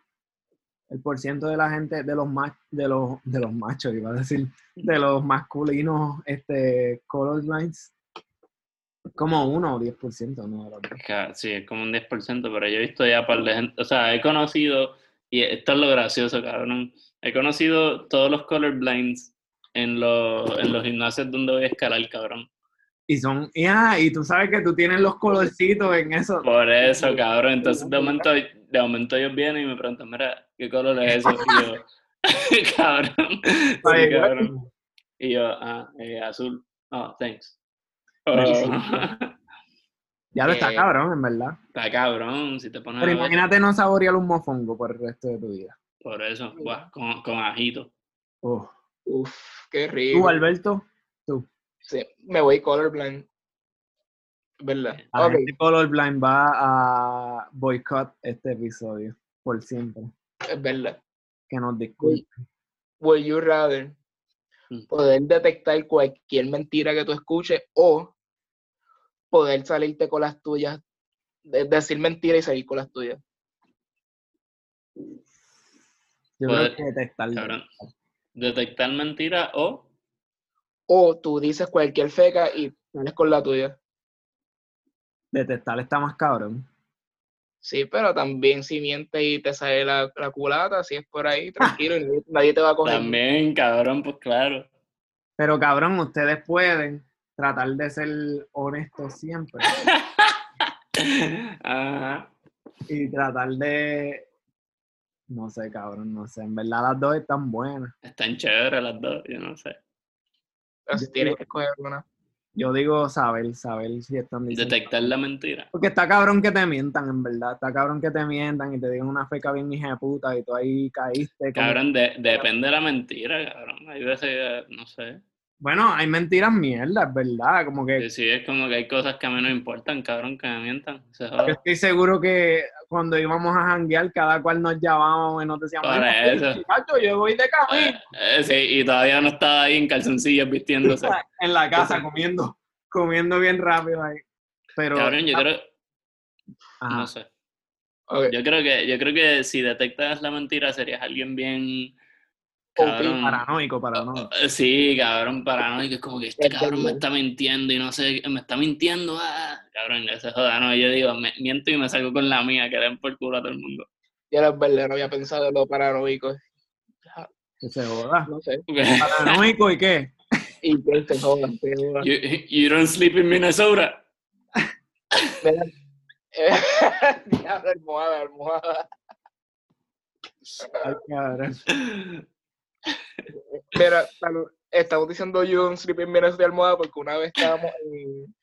Speaker 1: el por ciento de la gente, de los ma- de los, de los machos, iba a decir, de los masculinos, este, color lines, como 1 o 10%, no, de los dos.
Speaker 5: Es que, ah, Sí, es como un 10%, pero yo he visto ya par de gente, o sea, he conocido, y esto es lo gracioso, cabrón, he conocido todos los colorblind's en, los- en los gimnasios donde voy a escalar, cabrón.
Speaker 1: Y son, y, ah, y tú sabes que tú tienes los colorcitos en eso.
Speaker 5: Por eso, cabrón, entonces de momento, de momento ellos vienen y me preguntan, mira, ¿qué color es eso? Y yo, cabrón, sí,
Speaker 1: Ay,
Speaker 5: cabrón. Y yo, ah, eh, azul, oh, thanks.
Speaker 1: Nice.
Speaker 5: Oh.
Speaker 1: Ya lo está
Speaker 4: Eh,
Speaker 1: cabrón, en verdad.
Speaker 5: Está cabrón, si te pones a
Speaker 1: Pero
Speaker 5: ver,
Speaker 1: imagínate no saborear un mofongo por el resto de tu vida.
Speaker 5: por eso, buah, con, con ajito.
Speaker 1: Uf.
Speaker 4: Uf, qué
Speaker 1: Tú,
Speaker 4: rico.
Speaker 1: Alberto,
Speaker 4: Sí, me voy colorblind. ¿Verdad?
Speaker 1: la
Speaker 4: Ok,
Speaker 1: gente colorblind va a boicot este episodio por siempre.
Speaker 4: es verdad.
Speaker 1: Que nos disculpen.
Speaker 4: Would you rather
Speaker 5: Mm.
Speaker 4: poder detectar cualquier mentira que tú escuches o poder salirte con las tuyas, de- decir mentira y salir con las tuyas?
Speaker 1: Yo
Speaker 5: Joder,
Speaker 1: creo que detectarlo.
Speaker 5: Cabrón. Detectar mentira o
Speaker 4: O tú dices cualquier feca y sales con la tuya.
Speaker 1: Detectar está más cabrón.
Speaker 4: Sí, pero también si mientes y te sale la, la culata, si es por ahí, tranquilo, y nadie, nadie te va a coger.
Speaker 5: también, cabrón, pues claro.
Speaker 1: Pero cabrón, ustedes pueden tratar de ser honestos siempre
Speaker 5: Ajá.
Speaker 1: y tratar de... No sé, cabrón, no sé. En verdad las dos están buenas.
Speaker 5: Están chéveres las dos, yo no sé.
Speaker 4: Pero si tienes que coger una.
Speaker 1: Yo digo saber, saber si están diciendo...
Speaker 5: Detectar la mentira.
Speaker 1: Porque está cabrón que te mientan, en verdad. Está cabrón que te mientan y te digan una feca bien hija de puta y tú ahí caíste. como-
Speaker 5: Cabrón, de- depende de la mentira, cabrón. Hay veces que, no sé.
Speaker 1: Bueno, hay mentiras mierdas, ¿verdad? Como que
Speaker 5: Que sí, es como que hay cosas que a mí no me importan, cabrón, que me mientan. Se
Speaker 1: yo
Speaker 5: joda.
Speaker 1: estoy seguro que cuando íbamos a janguear, cada cual nos llamábamos y nos decíamos,
Speaker 5: Para
Speaker 1: "Mira,
Speaker 5: eso.
Speaker 1: muchacho, yo voy de camino.
Speaker 5: Eh, eh, sí, y todavía no estaba ahí en calzoncillos vistiéndose.
Speaker 1: en la casa comiendo, comiendo bien rápido ahí. Pero,
Speaker 5: Cabrón, yo creo,
Speaker 1: ah, Ajá.
Speaker 5: no sé.
Speaker 4: Ok,
Speaker 5: Yo creo que, yo creo que si detectas la mentira serías alguien bien
Speaker 4: Ok,
Speaker 5: cabrón.
Speaker 1: paranoico, paranoico.
Speaker 5: Eh, Sí, cabrón, paranoico. Es como que este
Speaker 4: Es
Speaker 5: cabrón me
Speaker 4: verdad.
Speaker 5: está mintiendo y no sé, me está mintiendo. Ah, cabrón, ya se joda. No, yo digo, me, miento y me salgo con la mía, que den por culo a todo el mundo.
Speaker 4: ya la verdad, no había pensado en lo paranoico.
Speaker 1: Que se joda.
Speaker 4: No sé.
Speaker 1: ¿Paranoico y qué?
Speaker 4: Y que se jodan, se jodan.
Speaker 5: you, you don't sleep in Minnesota.
Speaker 4: Mira, eh, Diablo, almohada, almohada.
Speaker 1: Ay,
Speaker 5: Eh,
Speaker 1: cabrón.
Speaker 4: Mira, salud. estamos diciendo yo un sleeping minutes de almohada porque una vez estábamos en.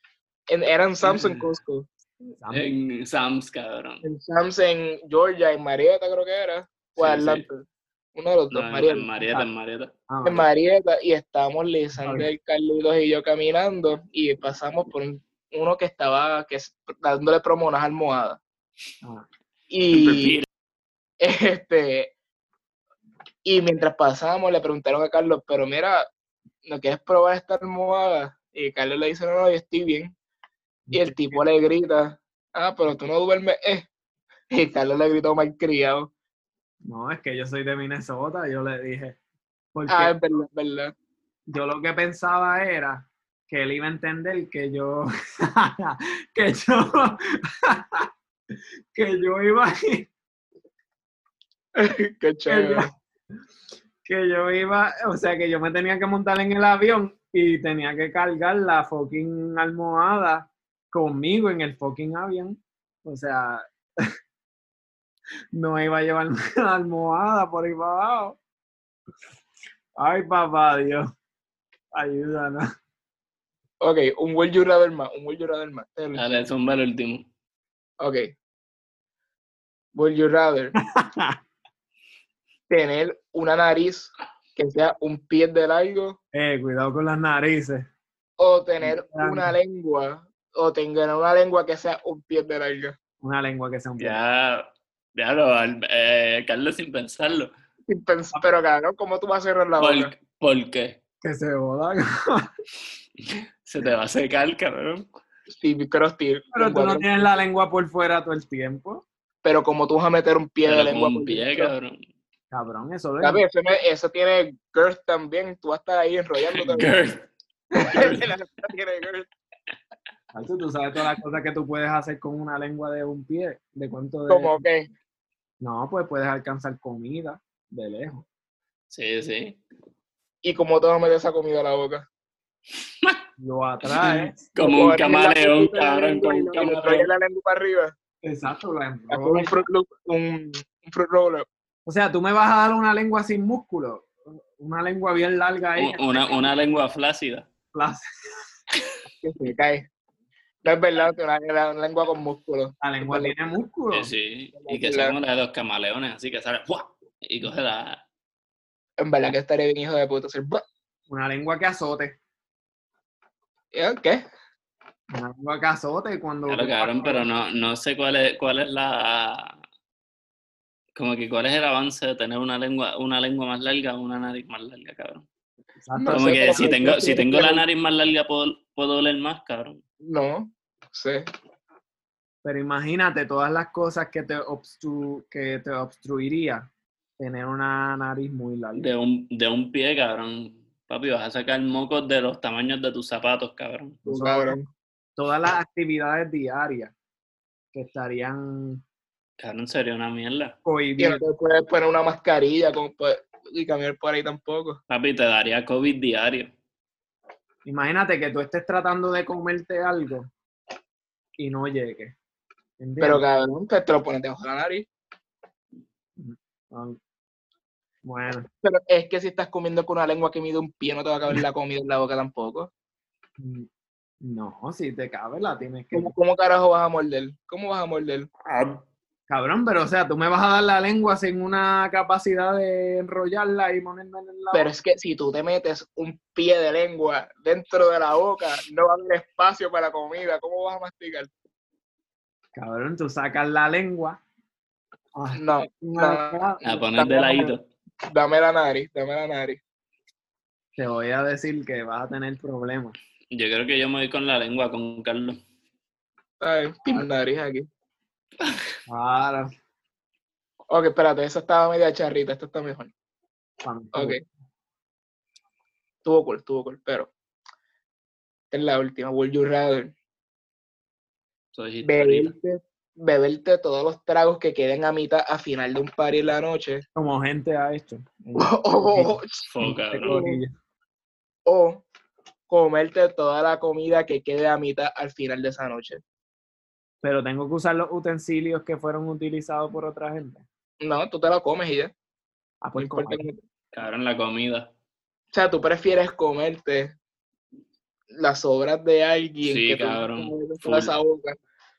Speaker 4: en- era en Samson,
Speaker 5: Mm.
Speaker 4: Costco.
Speaker 5: En Sam's, cabrón.
Speaker 4: En Samson, Georgia, en Marietta, creo que era. O
Speaker 5: Sí, sí.
Speaker 4: Atlanta. Uno de los dos,
Speaker 5: No,
Speaker 4: Marietta.
Speaker 5: en Marieta, en Marieta.
Speaker 1: Ah,
Speaker 4: en Marieta y estábamos
Speaker 1: Ok.
Speaker 4: Lisandro, el Carlitos y yo caminando y pasamos por un- uno que estaba que es- dándole promo a unas almohadas.
Speaker 1: Ah.
Speaker 4: Y este y mientras pasamos le preguntaron a Carlos, pero mira, ¿no quieres probar esta almohada? Y Carlos le dice, no, no, yo estoy bien. Y el tipo le grita, ah, pero tú no duermes, eh. Y Carlos le gritó malcriado.
Speaker 1: No, es que yo soy de Minnesota, yo le dije. Porque
Speaker 4: Ah, es verdad, es verdad.
Speaker 1: yo lo que pensaba era que él iba a entender que yo que yo que yo iba
Speaker 4: Qué chévere.
Speaker 1: que yo iba o sea que yo me tenía que montar en el avión y tenía que cargar la fucking almohada conmigo en el fucking avión o sea no iba a llevar la almohada por ahí para abajo ay papá Dios ayúdanos
Speaker 4: Ok, un Will You Rather más, un Will You Rather más. El-
Speaker 5: Dale, zumba el último.
Speaker 4: Ok. Will You Rather tener una nariz que sea un pie de largo
Speaker 1: Eh, cuidado con las narices.
Speaker 4: o tener
Speaker 1: Grande.
Speaker 4: una lengua o tener una lengua que sea un pie de largo?
Speaker 1: Una lengua que sea un poco-
Speaker 5: Ya, ya lo, al- eh, Carlos sin pensarlo.
Speaker 4: Sin pens- Pero cabrón, ¿cómo tú vas a cerrar la boca?
Speaker 5: ¿Por, por qué?
Speaker 1: que se joda.
Speaker 5: Se te va a secar, cabrón.
Speaker 4: Steve Crosby,
Speaker 1: Pero tú
Speaker 4: lengua
Speaker 1: no
Speaker 4: que-
Speaker 1: tienes la lengua por fuera todo el tiempo.
Speaker 4: pero como tú vas a meter un pie de
Speaker 5: Pero
Speaker 4: lengua
Speaker 5: con un
Speaker 4: por
Speaker 5: pie,
Speaker 4: dentro?
Speaker 5: cabrón.
Speaker 1: Cabrón, eso lo
Speaker 4: Capi, eso, me- eso tiene girth también. Tú vas a estar ahí enrollándote.
Speaker 5: Girl.
Speaker 4: La lengua tiene girth.
Speaker 1: Tacho, Tú sabes todas las cosas que tú puedes hacer con una lengua de un pie. ¿De cuánto de.?
Speaker 4: Como que.
Speaker 1: No, pues puedes alcanzar comida de lejos.
Speaker 5: Sí, sí.
Speaker 4: ¿Y cómo te vas a meter esa comida a la boca?
Speaker 1: Lo atraes.
Speaker 5: Como un
Speaker 4: abres la
Speaker 5: camaleón,
Speaker 4: puntita de la
Speaker 5: cabrón,
Speaker 4: lengua
Speaker 5: como
Speaker 4: y
Speaker 5: un
Speaker 4: lo- y lo traes
Speaker 5: camaleón.
Speaker 4: la lengua para arriba.
Speaker 1: Exacto, lo
Speaker 4: Haz como
Speaker 1: enrollas.
Speaker 4: un fruit loop, un, un fruit roller.
Speaker 1: O sea, tú me vas a dar una lengua sin músculo. Una lengua bien larga ahí.
Speaker 5: Un- Una, una lengua flácida.
Speaker 1: Plaza.
Speaker 4: que se cae. No es verdad, que la, la lengua con músculo.
Speaker 1: La lengua tiene
Speaker 4: Oh,
Speaker 1: músculo.
Speaker 5: Sí, sí. Y que sea como la de los camaleones, así que sale ¡fua! y coge la.
Speaker 4: En verdad que estaré bien hijo de puta. Hacer... ¡buah!
Speaker 1: Una lengua que azote.
Speaker 4: ¿Ya? ¿Qué?
Speaker 1: Una lengua que azote
Speaker 4: Oh,
Speaker 1: cuando.
Speaker 5: Claro, cabrón, pero no, no sé cuál es, cuál es la. Como que cuál es el avance de tener una lengua, una lengua más larga o una nariz más larga, cabrón.
Speaker 1: Exacto.
Speaker 4: No
Speaker 5: Como
Speaker 4: sé,
Speaker 5: que
Speaker 4: pero
Speaker 5: si
Speaker 4: yo
Speaker 5: tengo,
Speaker 4: creo
Speaker 5: si
Speaker 4: que-
Speaker 5: tengo la nariz más larga puedo, puedo oler más, cabrón.
Speaker 4: No, no sé.
Speaker 1: Pero imagínate todas las cosas que te, obstru que te obstruiría tener una nariz muy larga.
Speaker 5: De un, de un pie, cabrón. Papi, vas a sacar mocos de los tamaños de tus zapatos, cabrón.
Speaker 4: Tú, cabrón.
Speaker 1: Todas las actividades diarias que estarían
Speaker 5: Cabrón, sería una mierda.
Speaker 4: Y no
Speaker 1: cohibidas.
Speaker 4: te puedes poner una mascarilla como pa- y caminar por ahí tampoco.
Speaker 5: Papi, te daría COVID diario.
Speaker 1: Imagínate que tú estés tratando de comerte algo y no llegue. ¿Entiendes?
Speaker 4: Pero cabrón, pues te lo pones debajo de la nariz.
Speaker 1: Ah, Bueno,
Speaker 4: Pero es que si estás comiendo con una lengua que mide un pie, no te va a caber la comida en la boca tampoco.
Speaker 1: mm, no, si te cabe la tienes que...
Speaker 4: ¿Cómo, cómo carajo vas a morder? ¿Cómo vas a morder?
Speaker 1: Cabrón, pero o sea, tú me vas a dar la lengua sin una capacidad de enrollarla y ponerme en la...
Speaker 4: Pero es que si tú te metes un pie de lengua dentro de la boca, no va a haber espacio para comida. ¿Cómo vas a masticar?
Speaker 1: Cabrón, tú sacas la lengua. Ah,
Speaker 4: No,
Speaker 1: una cara.
Speaker 4: ah,
Speaker 5: A poner de ladito.
Speaker 4: dame la nariz, dame la nariz.
Speaker 1: Te voy a decir que vas a tener problemas.
Speaker 5: Yo creo que yo me voy con la lengua con Carlos.
Speaker 4: Ay, pim, nariz aquí.
Speaker 1: Claro.
Speaker 4: Ok, espérate, esa estaba media charrita, esta está mejor.
Speaker 1: pa' mí.
Speaker 4: Ok. Tuvo cool, tuvo cool, pero. Esta es la última. Would you rather
Speaker 5: Soy historita.
Speaker 4: beberte, beberte todos los tragos que queden a mitad a final de un party en la noche? ¡Oh,
Speaker 1: Como gente ha hecho. este
Speaker 4: o,
Speaker 5: Fo, Oh, cabrón.
Speaker 1: Corilla.
Speaker 4: o comerte toda la comida que quede a mitad al final de esa noche.
Speaker 1: Pero tengo que usar los utensilios que fueron utilizados por otra gente.
Speaker 4: No, tú te la comes y ya.
Speaker 1: Ah,
Speaker 4: No
Speaker 1: pues
Speaker 4: importa
Speaker 1: comer.
Speaker 4: cómo- O
Speaker 5: Cabrón, la comida.
Speaker 4: sea, tú prefieres comerte las obras de alguien
Speaker 5: Sí,
Speaker 4: que tú
Speaker 5: cabrón,
Speaker 4: comes con
Speaker 5: full.
Speaker 4: esa boca.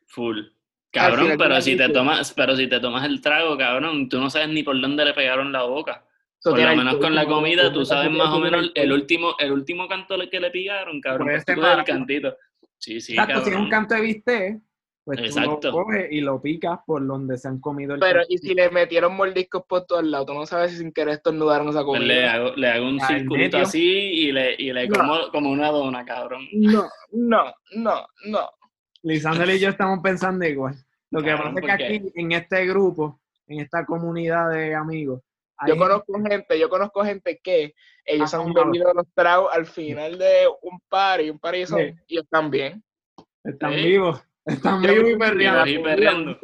Speaker 5: Full.
Speaker 4: Al
Speaker 5: Cabrón,
Speaker 4: final de
Speaker 5: pero
Speaker 4: la
Speaker 5: si te
Speaker 4: noche.
Speaker 5: tomas, pero si te tomas el trago, cabrón, tú no sabes ni por dónde le pegaron la boca.
Speaker 4: Eso
Speaker 5: por
Speaker 4: tiene
Speaker 5: lo menos
Speaker 4: alcohol,
Speaker 5: con la
Speaker 4: tiene
Speaker 5: comida,
Speaker 4: alcohol,
Speaker 5: tú
Speaker 4: eso
Speaker 5: sabes
Speaker 4: tiene-
Speaker 5: más
Speaker 4: eso
Speaker 5: o
Speaker 4: tiene
Speaker 5: menos el
Speaker 4: alcohol.
Speaker 5: último, el último canto le- que le pillaron, cabrón.
Speaker 1: Puede
Speaker 5: Pues tú
Speaker 1: ser
Speaker 5: coges el
Speaker 1: barato.
Speaker 5: cantito. Sí, sí,
Speaker 1: Exacto, si es un
Speaker 5: cabrón.
Speaker 1: canto de bistec, pues tú
Speaker 5: Exacto.
Speaker 1: lo coges y lo picas por donde se han comido el
Speaker 4: Pero,
Speaker 1: canto.
Speaker 4: ¿y si le metieron mordiscos por todos lados? Tú no sabes si sin querer estornudaron esa
Speaker 5: Pues le
Speaker 4: comida.
Speaker 5: hago, le hago un
Speaker 1: Al
Speaker 5: circulito
Speaker 1: medio.
Speaker 5: así y le, y le
Speaker 4: No.
Speaker 5: como como una dona, cabrón.
Speaker 4: No, no, no, no.
Speaker 1: Lisándole y yo estamos pensando igual. Lo que
Speaker 5: Cabrón,
Speaker 1: pasa es que
Speaker 5: porque-
Speaker 1: aquí, en este grupo, en esta comunidad de amigos, hay
Speaker 4: Yo conozco gente, yo conozco gente que ellos
Speaker 1: Ah,
Speaker 4: han
Speaker 1: claro.
Speaker 4: bebido los tragos al final de un party, un party son,
Speaker 1: Sí.
Speaker 4: y ellos también.
Speaker 1: Están
Speaker 5: Sí.
Speaker 1: vivos. Están
Speaker 4: Yo-
Speaker 1: vivos y
Speaker 5: Vivos
Speaker 1: perreando.
Speaker 5: y perreando.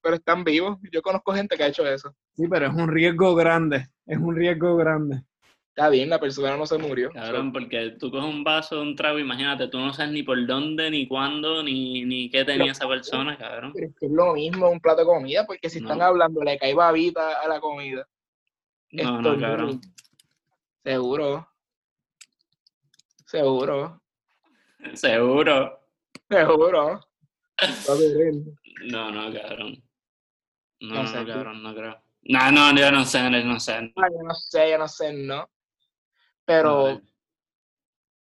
Speaker 4: Pero están vivos. Yo conozco gente que ha hecho eso.
Speaker 1: Sí, pero es un riesgo grande. Es un riesgo grande.
Speaker 4: Está bien, la persona no se murió.
Speaker 5: Cabrón, porque tú coges un vaso de un trago, imagínate, tú no sabes ni por dónde, ni cuándo, ni, ni qué tenía esa persona, cabrón.
Speaker 4: Pero es que es lo mismo un plato de comida, porque si están
Speaker 5: No.
Speaker 4: hablando, le cae babita a la comida.
Speaker 5: No, no,
Speaker 4: Estornudo.
Speaker 5: cabrón.
Speaker 4: Seguro. Seguro.
Speaker 5: Seguro.
Speaker 4: Seguro. Va a ver él.
Speaker 5: No, no, cabrón. No,
Speaker 4: No
Speaker 5: no,
Speaker 4: sé, tú.
Speaker 5: cabrón, no creo. No, no, yo no sé, yo no sé.
Speaker 4: Ay, yo no sé, yo no sé, no. Pero,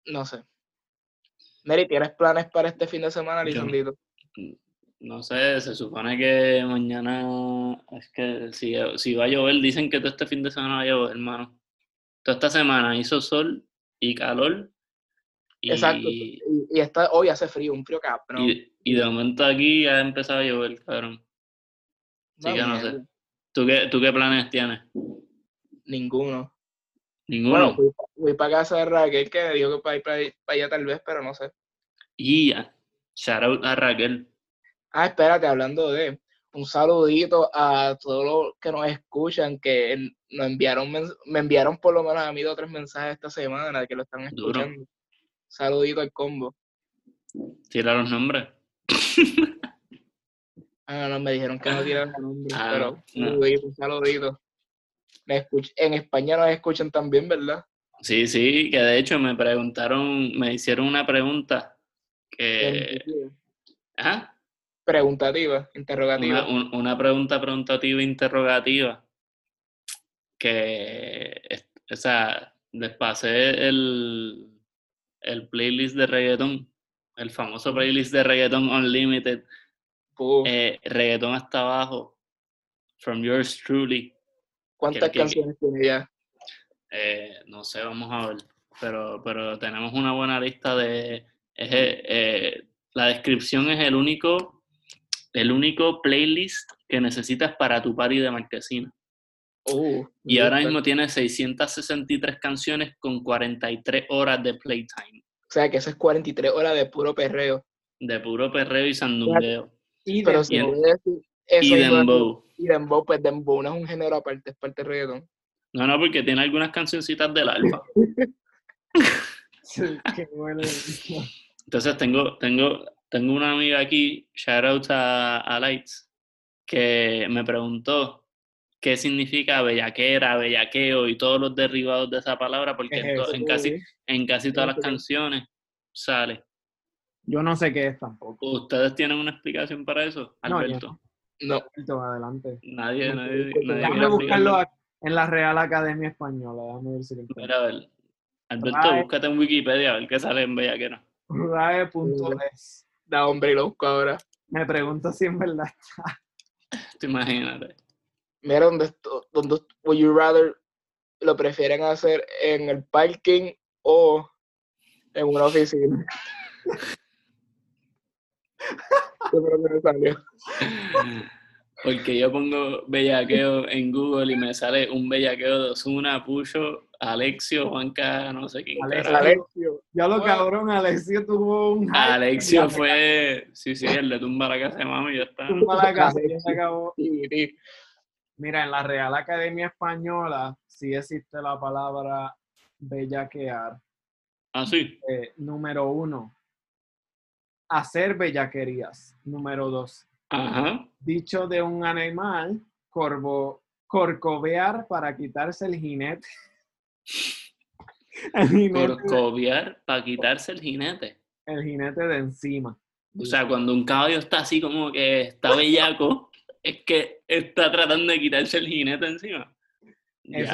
Speaker 4: no sé. Neri, ¿tienes planes para este fin de semana,
Speaker 5: Yo no.
Speaker 4: Lisandito?
Speaker 5: No sé, se supone que mañana es que si, si va a llover, dicen que todo este fin de semana va a llover, hermano. Toda esta semana hizo sol y calor. Y,
Speaker 4: Exacto. Y,
Speaker 5: Y,
Speaker 4: y está, hoy hace frío, un frío cabrón.
Speaker 5: y de momento aquí ha empezado a llover, cabrón.
Speaker 4: Una
Speaker 5: sí que no sé.
Speaker 4: mierda.
Speaker 5: ¿Tú qué, tú qué planes tienes?
Speaker 4: ninguno. Bueno, pues-
Speaker 5: Ninguno.
Speaker 4: fui, fui para casa de Raquel que me dijo que para ir para, allá tal vez, pero no sé.
Speaker 5: Y ya. Shout out a Raquel.
Speaker 4: Ah, espérate, hablando de un saludito a todos los que nos escuchan, que en- nos enviaron, mens- me enviaron por lo menos a mí dos o tres mensajes esta semana que lo están
Speaker 5: Duro.
Speaker 4: escuchando. Saludito al combo.
Speaker 5: Tira los nombres.
Speaker 4: Ah, no, me dijeron que no tiraron el nombre,
Speaker 5: Ah,
Speaker 4: pero
Speaker 5: no.
Speaker 4: saludito, un saludito. Me escuch- en España nos escuchan también, ¿verdad?
Speaker 5: Sí, sí, que de hecho me preguntaron, me hicieron una pregunta que... ¿Ah?
Speaker 4: Preguntativa, interrogativa.
Speaker 5: Una, un- una pregunta preguntativa interrogativa que es- o sea, les pasé el, el playlist de reggaetón, el famoso playlist de reggaetón Unlimited,
Speaker 4: Puf,
Speaker 5: eh, reggaetón hasta abajo, from yours truly.
Speaker 4: ¿Cuántas
Speaker 5: que- que-
Speaker 4: canciones tiene ya?
Speaker 5: Eh, no sé, vamos a ver. Pero, pero tenemos una buena lista de. es, eh, eh, la descripción es el único, el único playlist que necesitas para tu party de marquesina.
Speaker 4: Uh,
Speaker 5: Y ahora
Speaker 4: brutal.
Speaker 5: mismo tiene 663 canciones con 43 horas de playtime,
Speaker 4: O sea, que eso es 43 horas de puro perreo.
Speaker 5: de puro perreo y sandungueo.
Speaker 1: Y
Speaker 4: Pero
Speaker 1: de-
Speaker 4: si
Speaker 5: y
Speaker 4: no
Speaker 5: el-
Speaker 4: voy a decir eso,
Speaker 5: Y
Speaker 4: iba a decir-
Speaker 5: dembow.
Speaker 4: y dembow, pues dembow no es un género aparte, es parte de reggaetón.
Speaker 5: No, no, porque tiene algunas cancioncitas del alfa.
Speaker 1: Sí, qué bueno.
Speaker 5: Entonces tengo, tengo, tengo una amiga aquí, shout out a, a Lights, que me preguntó qué significa bellaquera, bellaqueo y todos los derivados de esa palabra, porque
Speaker 1: ¿Qué
Speaker 5: en,
Speaker 1: es
Speaker 5: to-
Speaker 1: eso?
Speaker 5: en casi, en casi todas las
Speaker 4: Fíjate que-
Speaker 5: canciones sale.
Speaker 1: Yo no sé qué es tampoco.
Speaker 5: ¿Ustedes tienen una explicación para eso,
Speaker 1: No, yo
Speaker 5: Alberto?
Speaker 4: No,
Speaker 1: Alberto, Adelante.
Speaker 5: Nadie,
Speaker 4: No,
Speaker 5: nadie,
Speaker 4: yo-
Speaker 5: nadie
Speaker 1: Déjame
Speaker 5: quiere
Speaker 1: buscarlo
Speaker 5: explicarlo.
Speaker 1: a- en la Real Academia Española. Déjame ver si lo encuentro.
Speaker 5: Mira, a ver, Alberto,
Speaker 1: Trae-
Speaker 5: búscate en Wikipedia a ver qué sale en bellaquera.
Speaker 1: Rae.es.
Speaker 4: da hombre y lo busco ahora.
Speaker 1: Me pregunto si en verdad.
Speaker 5: Tú Imagínate.
Speaker 4: Mira dónde, est- dónde est- would you rather lo prefieren hacer en el parking o en una oficina. Yo creo que me salió.
Speaker 5: Porque yo pongo bellaqueo en Google y me sale un bellaqueo de Osuna, Puyo, Alexio, Juanca, no sé quién.
Speaker 1: Alex-
Speaker 5: carajo.
Speaker 4: Alexio.
Speaker 1: Ya lo
Speaker 4: Bueno. Ah,
Speaker 1: cabrón, Alexio tuvo un. hype.
Speaker 5: Alexio fue. Sí, sí, el de tumba la casa de mami, ya está.
Speaker 1: Tumba la casa, ya se
Speaker 4: Alexio.
Speaker 1: acabó.
Speaker 4: Sí, sí.
Speaker 1: Mira, en la Real Academia Española sí existe la palabra bellaquear.
Speaker 5: Ah, sí.
Speaker 1: Eh, número uno, hacer bellaquerías. Número dos,
Speaker 5: Ajá.
Speaker 1: dicho de un animal, corvo, corcovear para quitarse el jinete. El jinete,
Speaker 5: Por copiar para quitarse el jinete.
Speaker 1: el jinete de encima.
Speaker 5: O sea, cuando un caballo está así como que está bellaco, es que está tratando de quitarse el jinete encima.
Speaker 1: Eso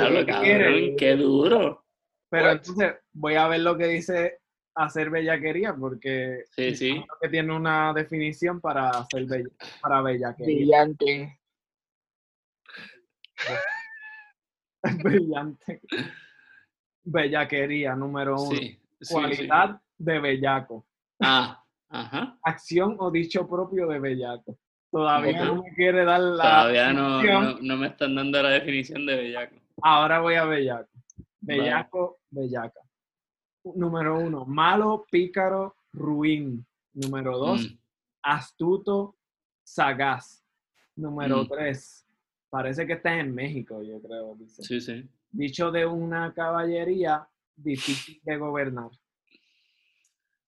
Speaker 5: Diablo,
Speaker 1: es lo que quiere.
Speaker 5: cabrón, qué duro.
Speaker 1: Pero
Speaker 4: What?
Speaker 1: entonces voy a ver lo que dice hacer bellaquería, porque
Speaker 5: Sí, sí.
Speaker 1: creo que tiene una definición para hacer bella, para bellaquería.
Speaker 4: Brillantín.
Speaker 1: Brillante. Bellaquería, número uno.
Speaker 5: Sí, sí,
Speaker 1: Cualidad
Speaker 5: sí.
Speaker 1: de bellaco.
Speaker 5: Ah, ajá.
Speaker 1: Acción o dicho propio de bellaco. Todavía
Speaker 5: Ujú.
Speaker 1: no me quiere dar la.
Speaker 5: Todavía no,
Speaker 1: definición.
Speaker 5: no, no me están dando la definición de bellaco.
Speaker 1: Ahora voy a bellaco. Bellaco, bellaca. Número uno, malo, pícaro, ruin. Número dos,
Speaker 5: Mm,
Speaker 1: astuto, sagaz. Número
Speaker 5: Mm.
Speaker 1: tres, parece que estás en México, yo creo. dice.
Speaker 5: sí, sí.
Speaker 1: Dicho de una caballería, difícil de gobernar. Yo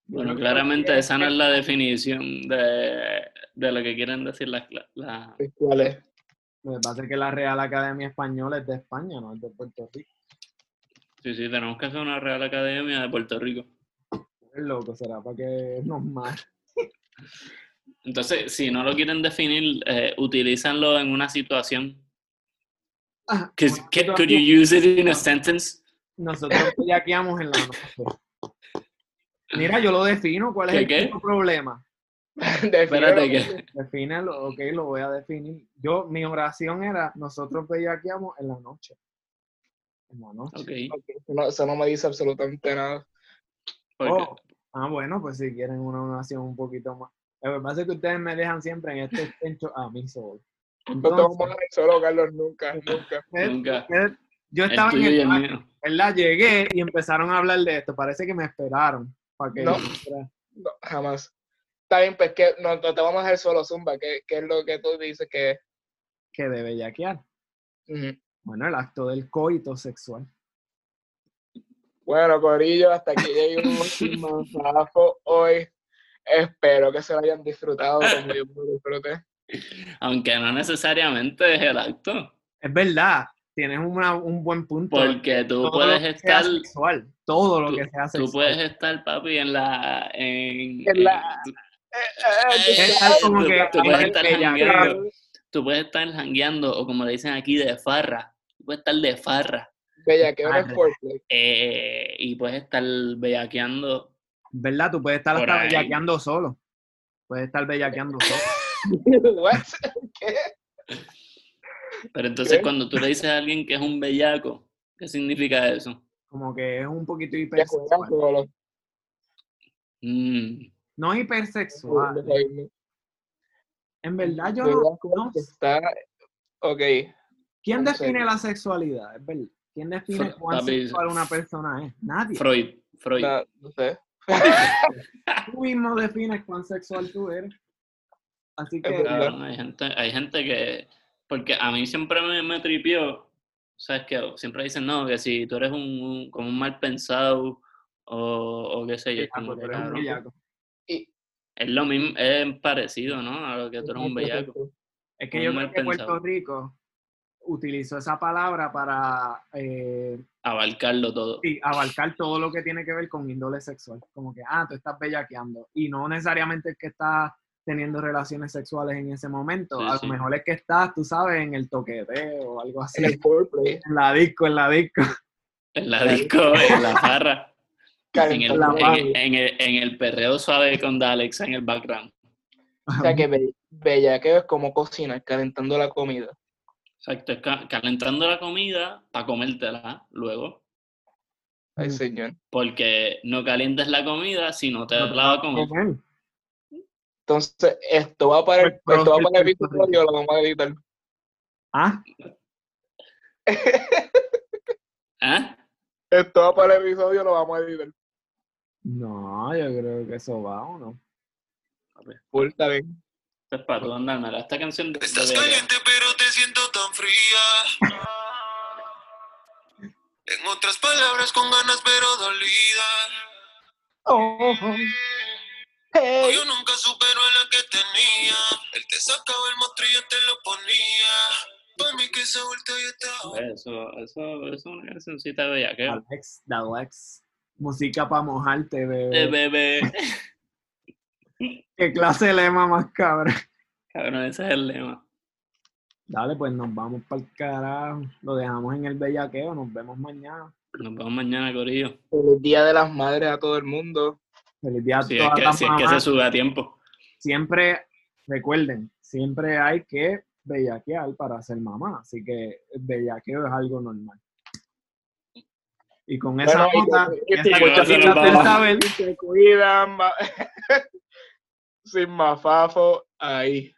Speaker 5: Bueno,
Speaker 1: creo que
Speaker 5: claramente
Speaker 1: es-
Speaker 5: esa no es la definición de, de lo que quieren decir las... cla- la-
Speaker 4: ¿Cuál es?
Speaker 1: Lo que pasa es que la Real Academia Española es de España, no es de Puerto Rico.
Speaker 5: Sí, sí, tenemos que hacer una Real Academia de Puerto Rico.
Speaker 1: Es loco, será para que nos mate.
Speaker 5: Entonces, si no lo quieren definir, eh, utilízanlo en una situación. 'Cause ca- could you use it in a sentence?
Speaker 1: Nosotros bellaqueamos en la noche. Mira, yo lo defino. ¿Cuál es
Speaker 5: ¿Qué,
Speaker 1: el
Speaker 5: qué?
Speaker 1: quinto problema?
Speaker 5: Espérate
Speaker 4: Defínelo.
Speaker 5: que...
Speaker 1: Defínelo, ok, lo voy a definir. Yo, mi oración era, nosotros bellaqueamos en la noche. En la noche.
Speaker 5: Ok.
Speaker 4: Ok, eso no- eso no me dice absolutamente nada.
Speaker 5: porque-
Speaker 1: Oh, ah, bueno, pues si quieren una oración un poquito más. Lo que pasa es que ustedes me dejan siempre en este extenso a mí solo.
Speaker 4: No te vamos a
Speaker 1: Entonces,
Speaker 4: dejar solo, Carlos, nunca, nunca.
Speaker 1: ¿qué-
Speaker 5: Nunca.
Speaker 1: qué- Yo
Speaker 5: El
Speaker 1: estaba en
Speaker 5: tuyo y
Speaker 1: el
Speaker 5: el
Speaker 1: baño,
Speaker 5: mío.
Speaker 1: ¿verdad? Llegué y empezaron a hablar de esto. Parece que me esperaron. Para que
Speaker 4: No. No, jamás. Está bien, pues que no, no te vamos a dejar solo Zumba, que, que es lo que tú dices que
Speaker 1: que de bellaquear.
Speaker 4: Ujú.
Speaker 1: Bueno, el acto del coito sexual.
Speaker 4: Bueno, Corillo, hasta aquí llegó un manzanazo hoy. Espero que se lo hayan disfrutado como yo me lo disfruté.
Speaker 5: Aunque no necesariamente es el acto.
Speaker 1: Es verdad, tienes una- un buen punto.
Speaker 5: Porque tú
Speaker 1: Todo
Speaker 5: puedes
Speaker 1: lo que sea
Speaker 5: estar,
Speaker 1: sexual, todo lo
Speaker 5: tú-
Speaker 1: que sea sexual.
Speaker 5: tú puedes estar, papi, en la. En,
Speaker 4: En la- Ah,
Speaker 5: en- eh,
Speaker 1: Es tal como
Speaker 5: tú-
Speaker 1: que
Speaker 5: tú puedes estar
Speaker 1: bellaquear.
Speaker 5: jangueando. tú puedes estar jangueando, o como le dicen aquí, de farra. Tú puedes estar de farra.
Speaker 4: Bella, que
Speaker 1: Madre.
Speaker 4: es Fortnite.
Speaker 5: eh, y puedes estar bellaqueando.
Speaker 1: ¿Verdad? Tú puedes estar
Speaker 5: Por
Speaker 1: hasta
Speaker 5: ahí.
Speaker 1: bellaqueando solo. Puedes estar bellaqueando solo.
Speaker 4: What? ¿Qué?
Speaker 5: Pero entonces
Speaker 4: Ok.
Speaker 5: cuando tú le dices a alguien que es un bellaco, ¿qué significa eso?
Speaker 1: Como que es un poquito
Speaker 4: Ya juegan
Speaker 1: hipersexual.
Speaker 4: solo.
Speaker 5: Mm,
Speaker 1: No es hipersexual. En verdad, yo
Speaker 4: Juegan
Speaker 1: no,
Speaker 4: como
Speaker 1: no-
Speaker 4: que Está... Ok.
Speaker 1: ¿Quién
Speaker 4: no sé.
Speaker 1: define la sexualidad? Es verdad. ¿Quién define
Speaker 5: Fro-
Speaker 1: cuán
Speaker 5: papi,
Speaker 1: sexual una persona es? Nadie.
Speaker 5: Freud, Freud.
Speaker 4: No, no sé.
Speaker 1: Tú mismo defines cuán sexual tú eres. Así que, ah,
Speaker 4: verdad.
Speaker 5: Cabrón, hay gente, hay gente que. Porque a mí siempre me, me tripió. ¿Sabes qué? Siempre dicen, no, que si tú eres un, un- como un mal pensado o, o qué sé yo. es como
Speaker 1: bellaco, tú
Speaker 5: que,
Speaker 1: eres pues, un
Speaker 5: cabrón,
Speaker 1: bellaco.
Speaker 5: es lo mismo, es parecido, ¿no? A lo que tú eres un bellaco.
Speaker 1: Es que
Speaker 5: un
Speaker 1: yo
Speaker 5: mal
Speaker 1: creo que Puerto
Speaker 5: pensado.
Speaker 1: Rico utilizó esa palabra para eh,
Speaker 5: Abarcarlo todo.
Speaker 1: Sí, abarcar todo lo que tiene que ver con índole sexual. Como que, ah, tú estás bellaqueando. Y no necesariamente es que estás teniendo relaciones sexuales en ese momento.
Speaker 5: Sí,
Speaker 1: a lo
Speaker 5: sí.
Speaker 1: mejor es que estás, tú sabes, en el toqueteo o algo así.
Speaker 4: En el foreplay.
Speaker 1: En la disco, en la disco.
Speaker 5: En la disco, en la farra. En el,
Speaker 4: Calentó la
Speaker 5: en,
Speaker 4: mano.
Speaker 5: el- en el- en el perreo suave con Alexa en el background.
Speaker 4: O sea que be- bellaqueo es como cocinar, calentando la comida.
Speaker 5: Exacto, es ca- calentando la comida para comértela luego.
Speaker 4: Ay,
Speaker 1: Mm.
Speaker 4: señor.
Speaker 5: Porque no calientes la comida si no te
Speaker 1: No te
Speaker 5: la vas a comer.
Speaker 1: Bueno,
Speaker 4: Entonces, esto va para el,
Speaker 1: Pues,
Speaker 4: esto va para el
Speaker 1: Puerto Rico.
Speaker 4: episodio, lo vamos a editar.
Speaker 1: Ah,
Speaker 5: ¿Ah?
Speaker 4: Esto va para el episodio, lo vamos a editar.
Speaker 1: no, yo creo que eso va o no.
Speaker 4: Full, está bien.
Speaker 5: Esto es para tú andarme. Pues Esta canción de-
Speaker 2: Estás
Speaker 5: de-
Speaker 2: caliente, pero te siento tan fría. En otras palabras, con ganas, pero dolida.
Speaker 4: Hey.
Speaker 2: Yo nunca supero a la que tenía. Él te sacaba el mostrillo, te lo ponía. Pa' mí que esa vuelta ya estaba.
Speaker 5: Eso, eso, eso es una cancioncita de bellaqueo.
Speaker 1: Alex, de Alex. Música para mojarte,
Speaker 5: Eh,
Speaker 1: bebé.
Speaker 5: bebé.
Speaker 1: ¿Qué clase de lema más cabrón?
Speaker 5: Cabrón, ese es el lema.
Speaker 1: Dale, pues nos vamos para el carajo. Lo dejamos en el bellaqueo. Nos vemos mañana.
Speaker 5: Nos vemos mañana, Corillo.
Speaker 4: Feliz Día de las Madres a todo el mundo.
Speaker 1: Feliz día a
Speaker 5: Si es
Speaker 1: todas
Speaker 5: que,
Speaker 1: las
Speaker 5: si es que
Speaker 1: mamás.
Speaker 5: se sube a tiempo.
Speaker 1: siempre, recuerden, siempre hay que bellaquear para ser mamá, así que el bellaqueo es algo normal. Y con esa
Speaker 4: Bueno, y-
Speaker 1: nota, y
Speaker 4: y-
Speaker 1: esa
Speaker 5: y-
Speaker 1: cosita
Speaker 5: y-
Speaker 1: del
Speaker 5: y-
Speaker 1: saber,
Speaker 4: Se cuidan. ma- Sin mafafo, ahí.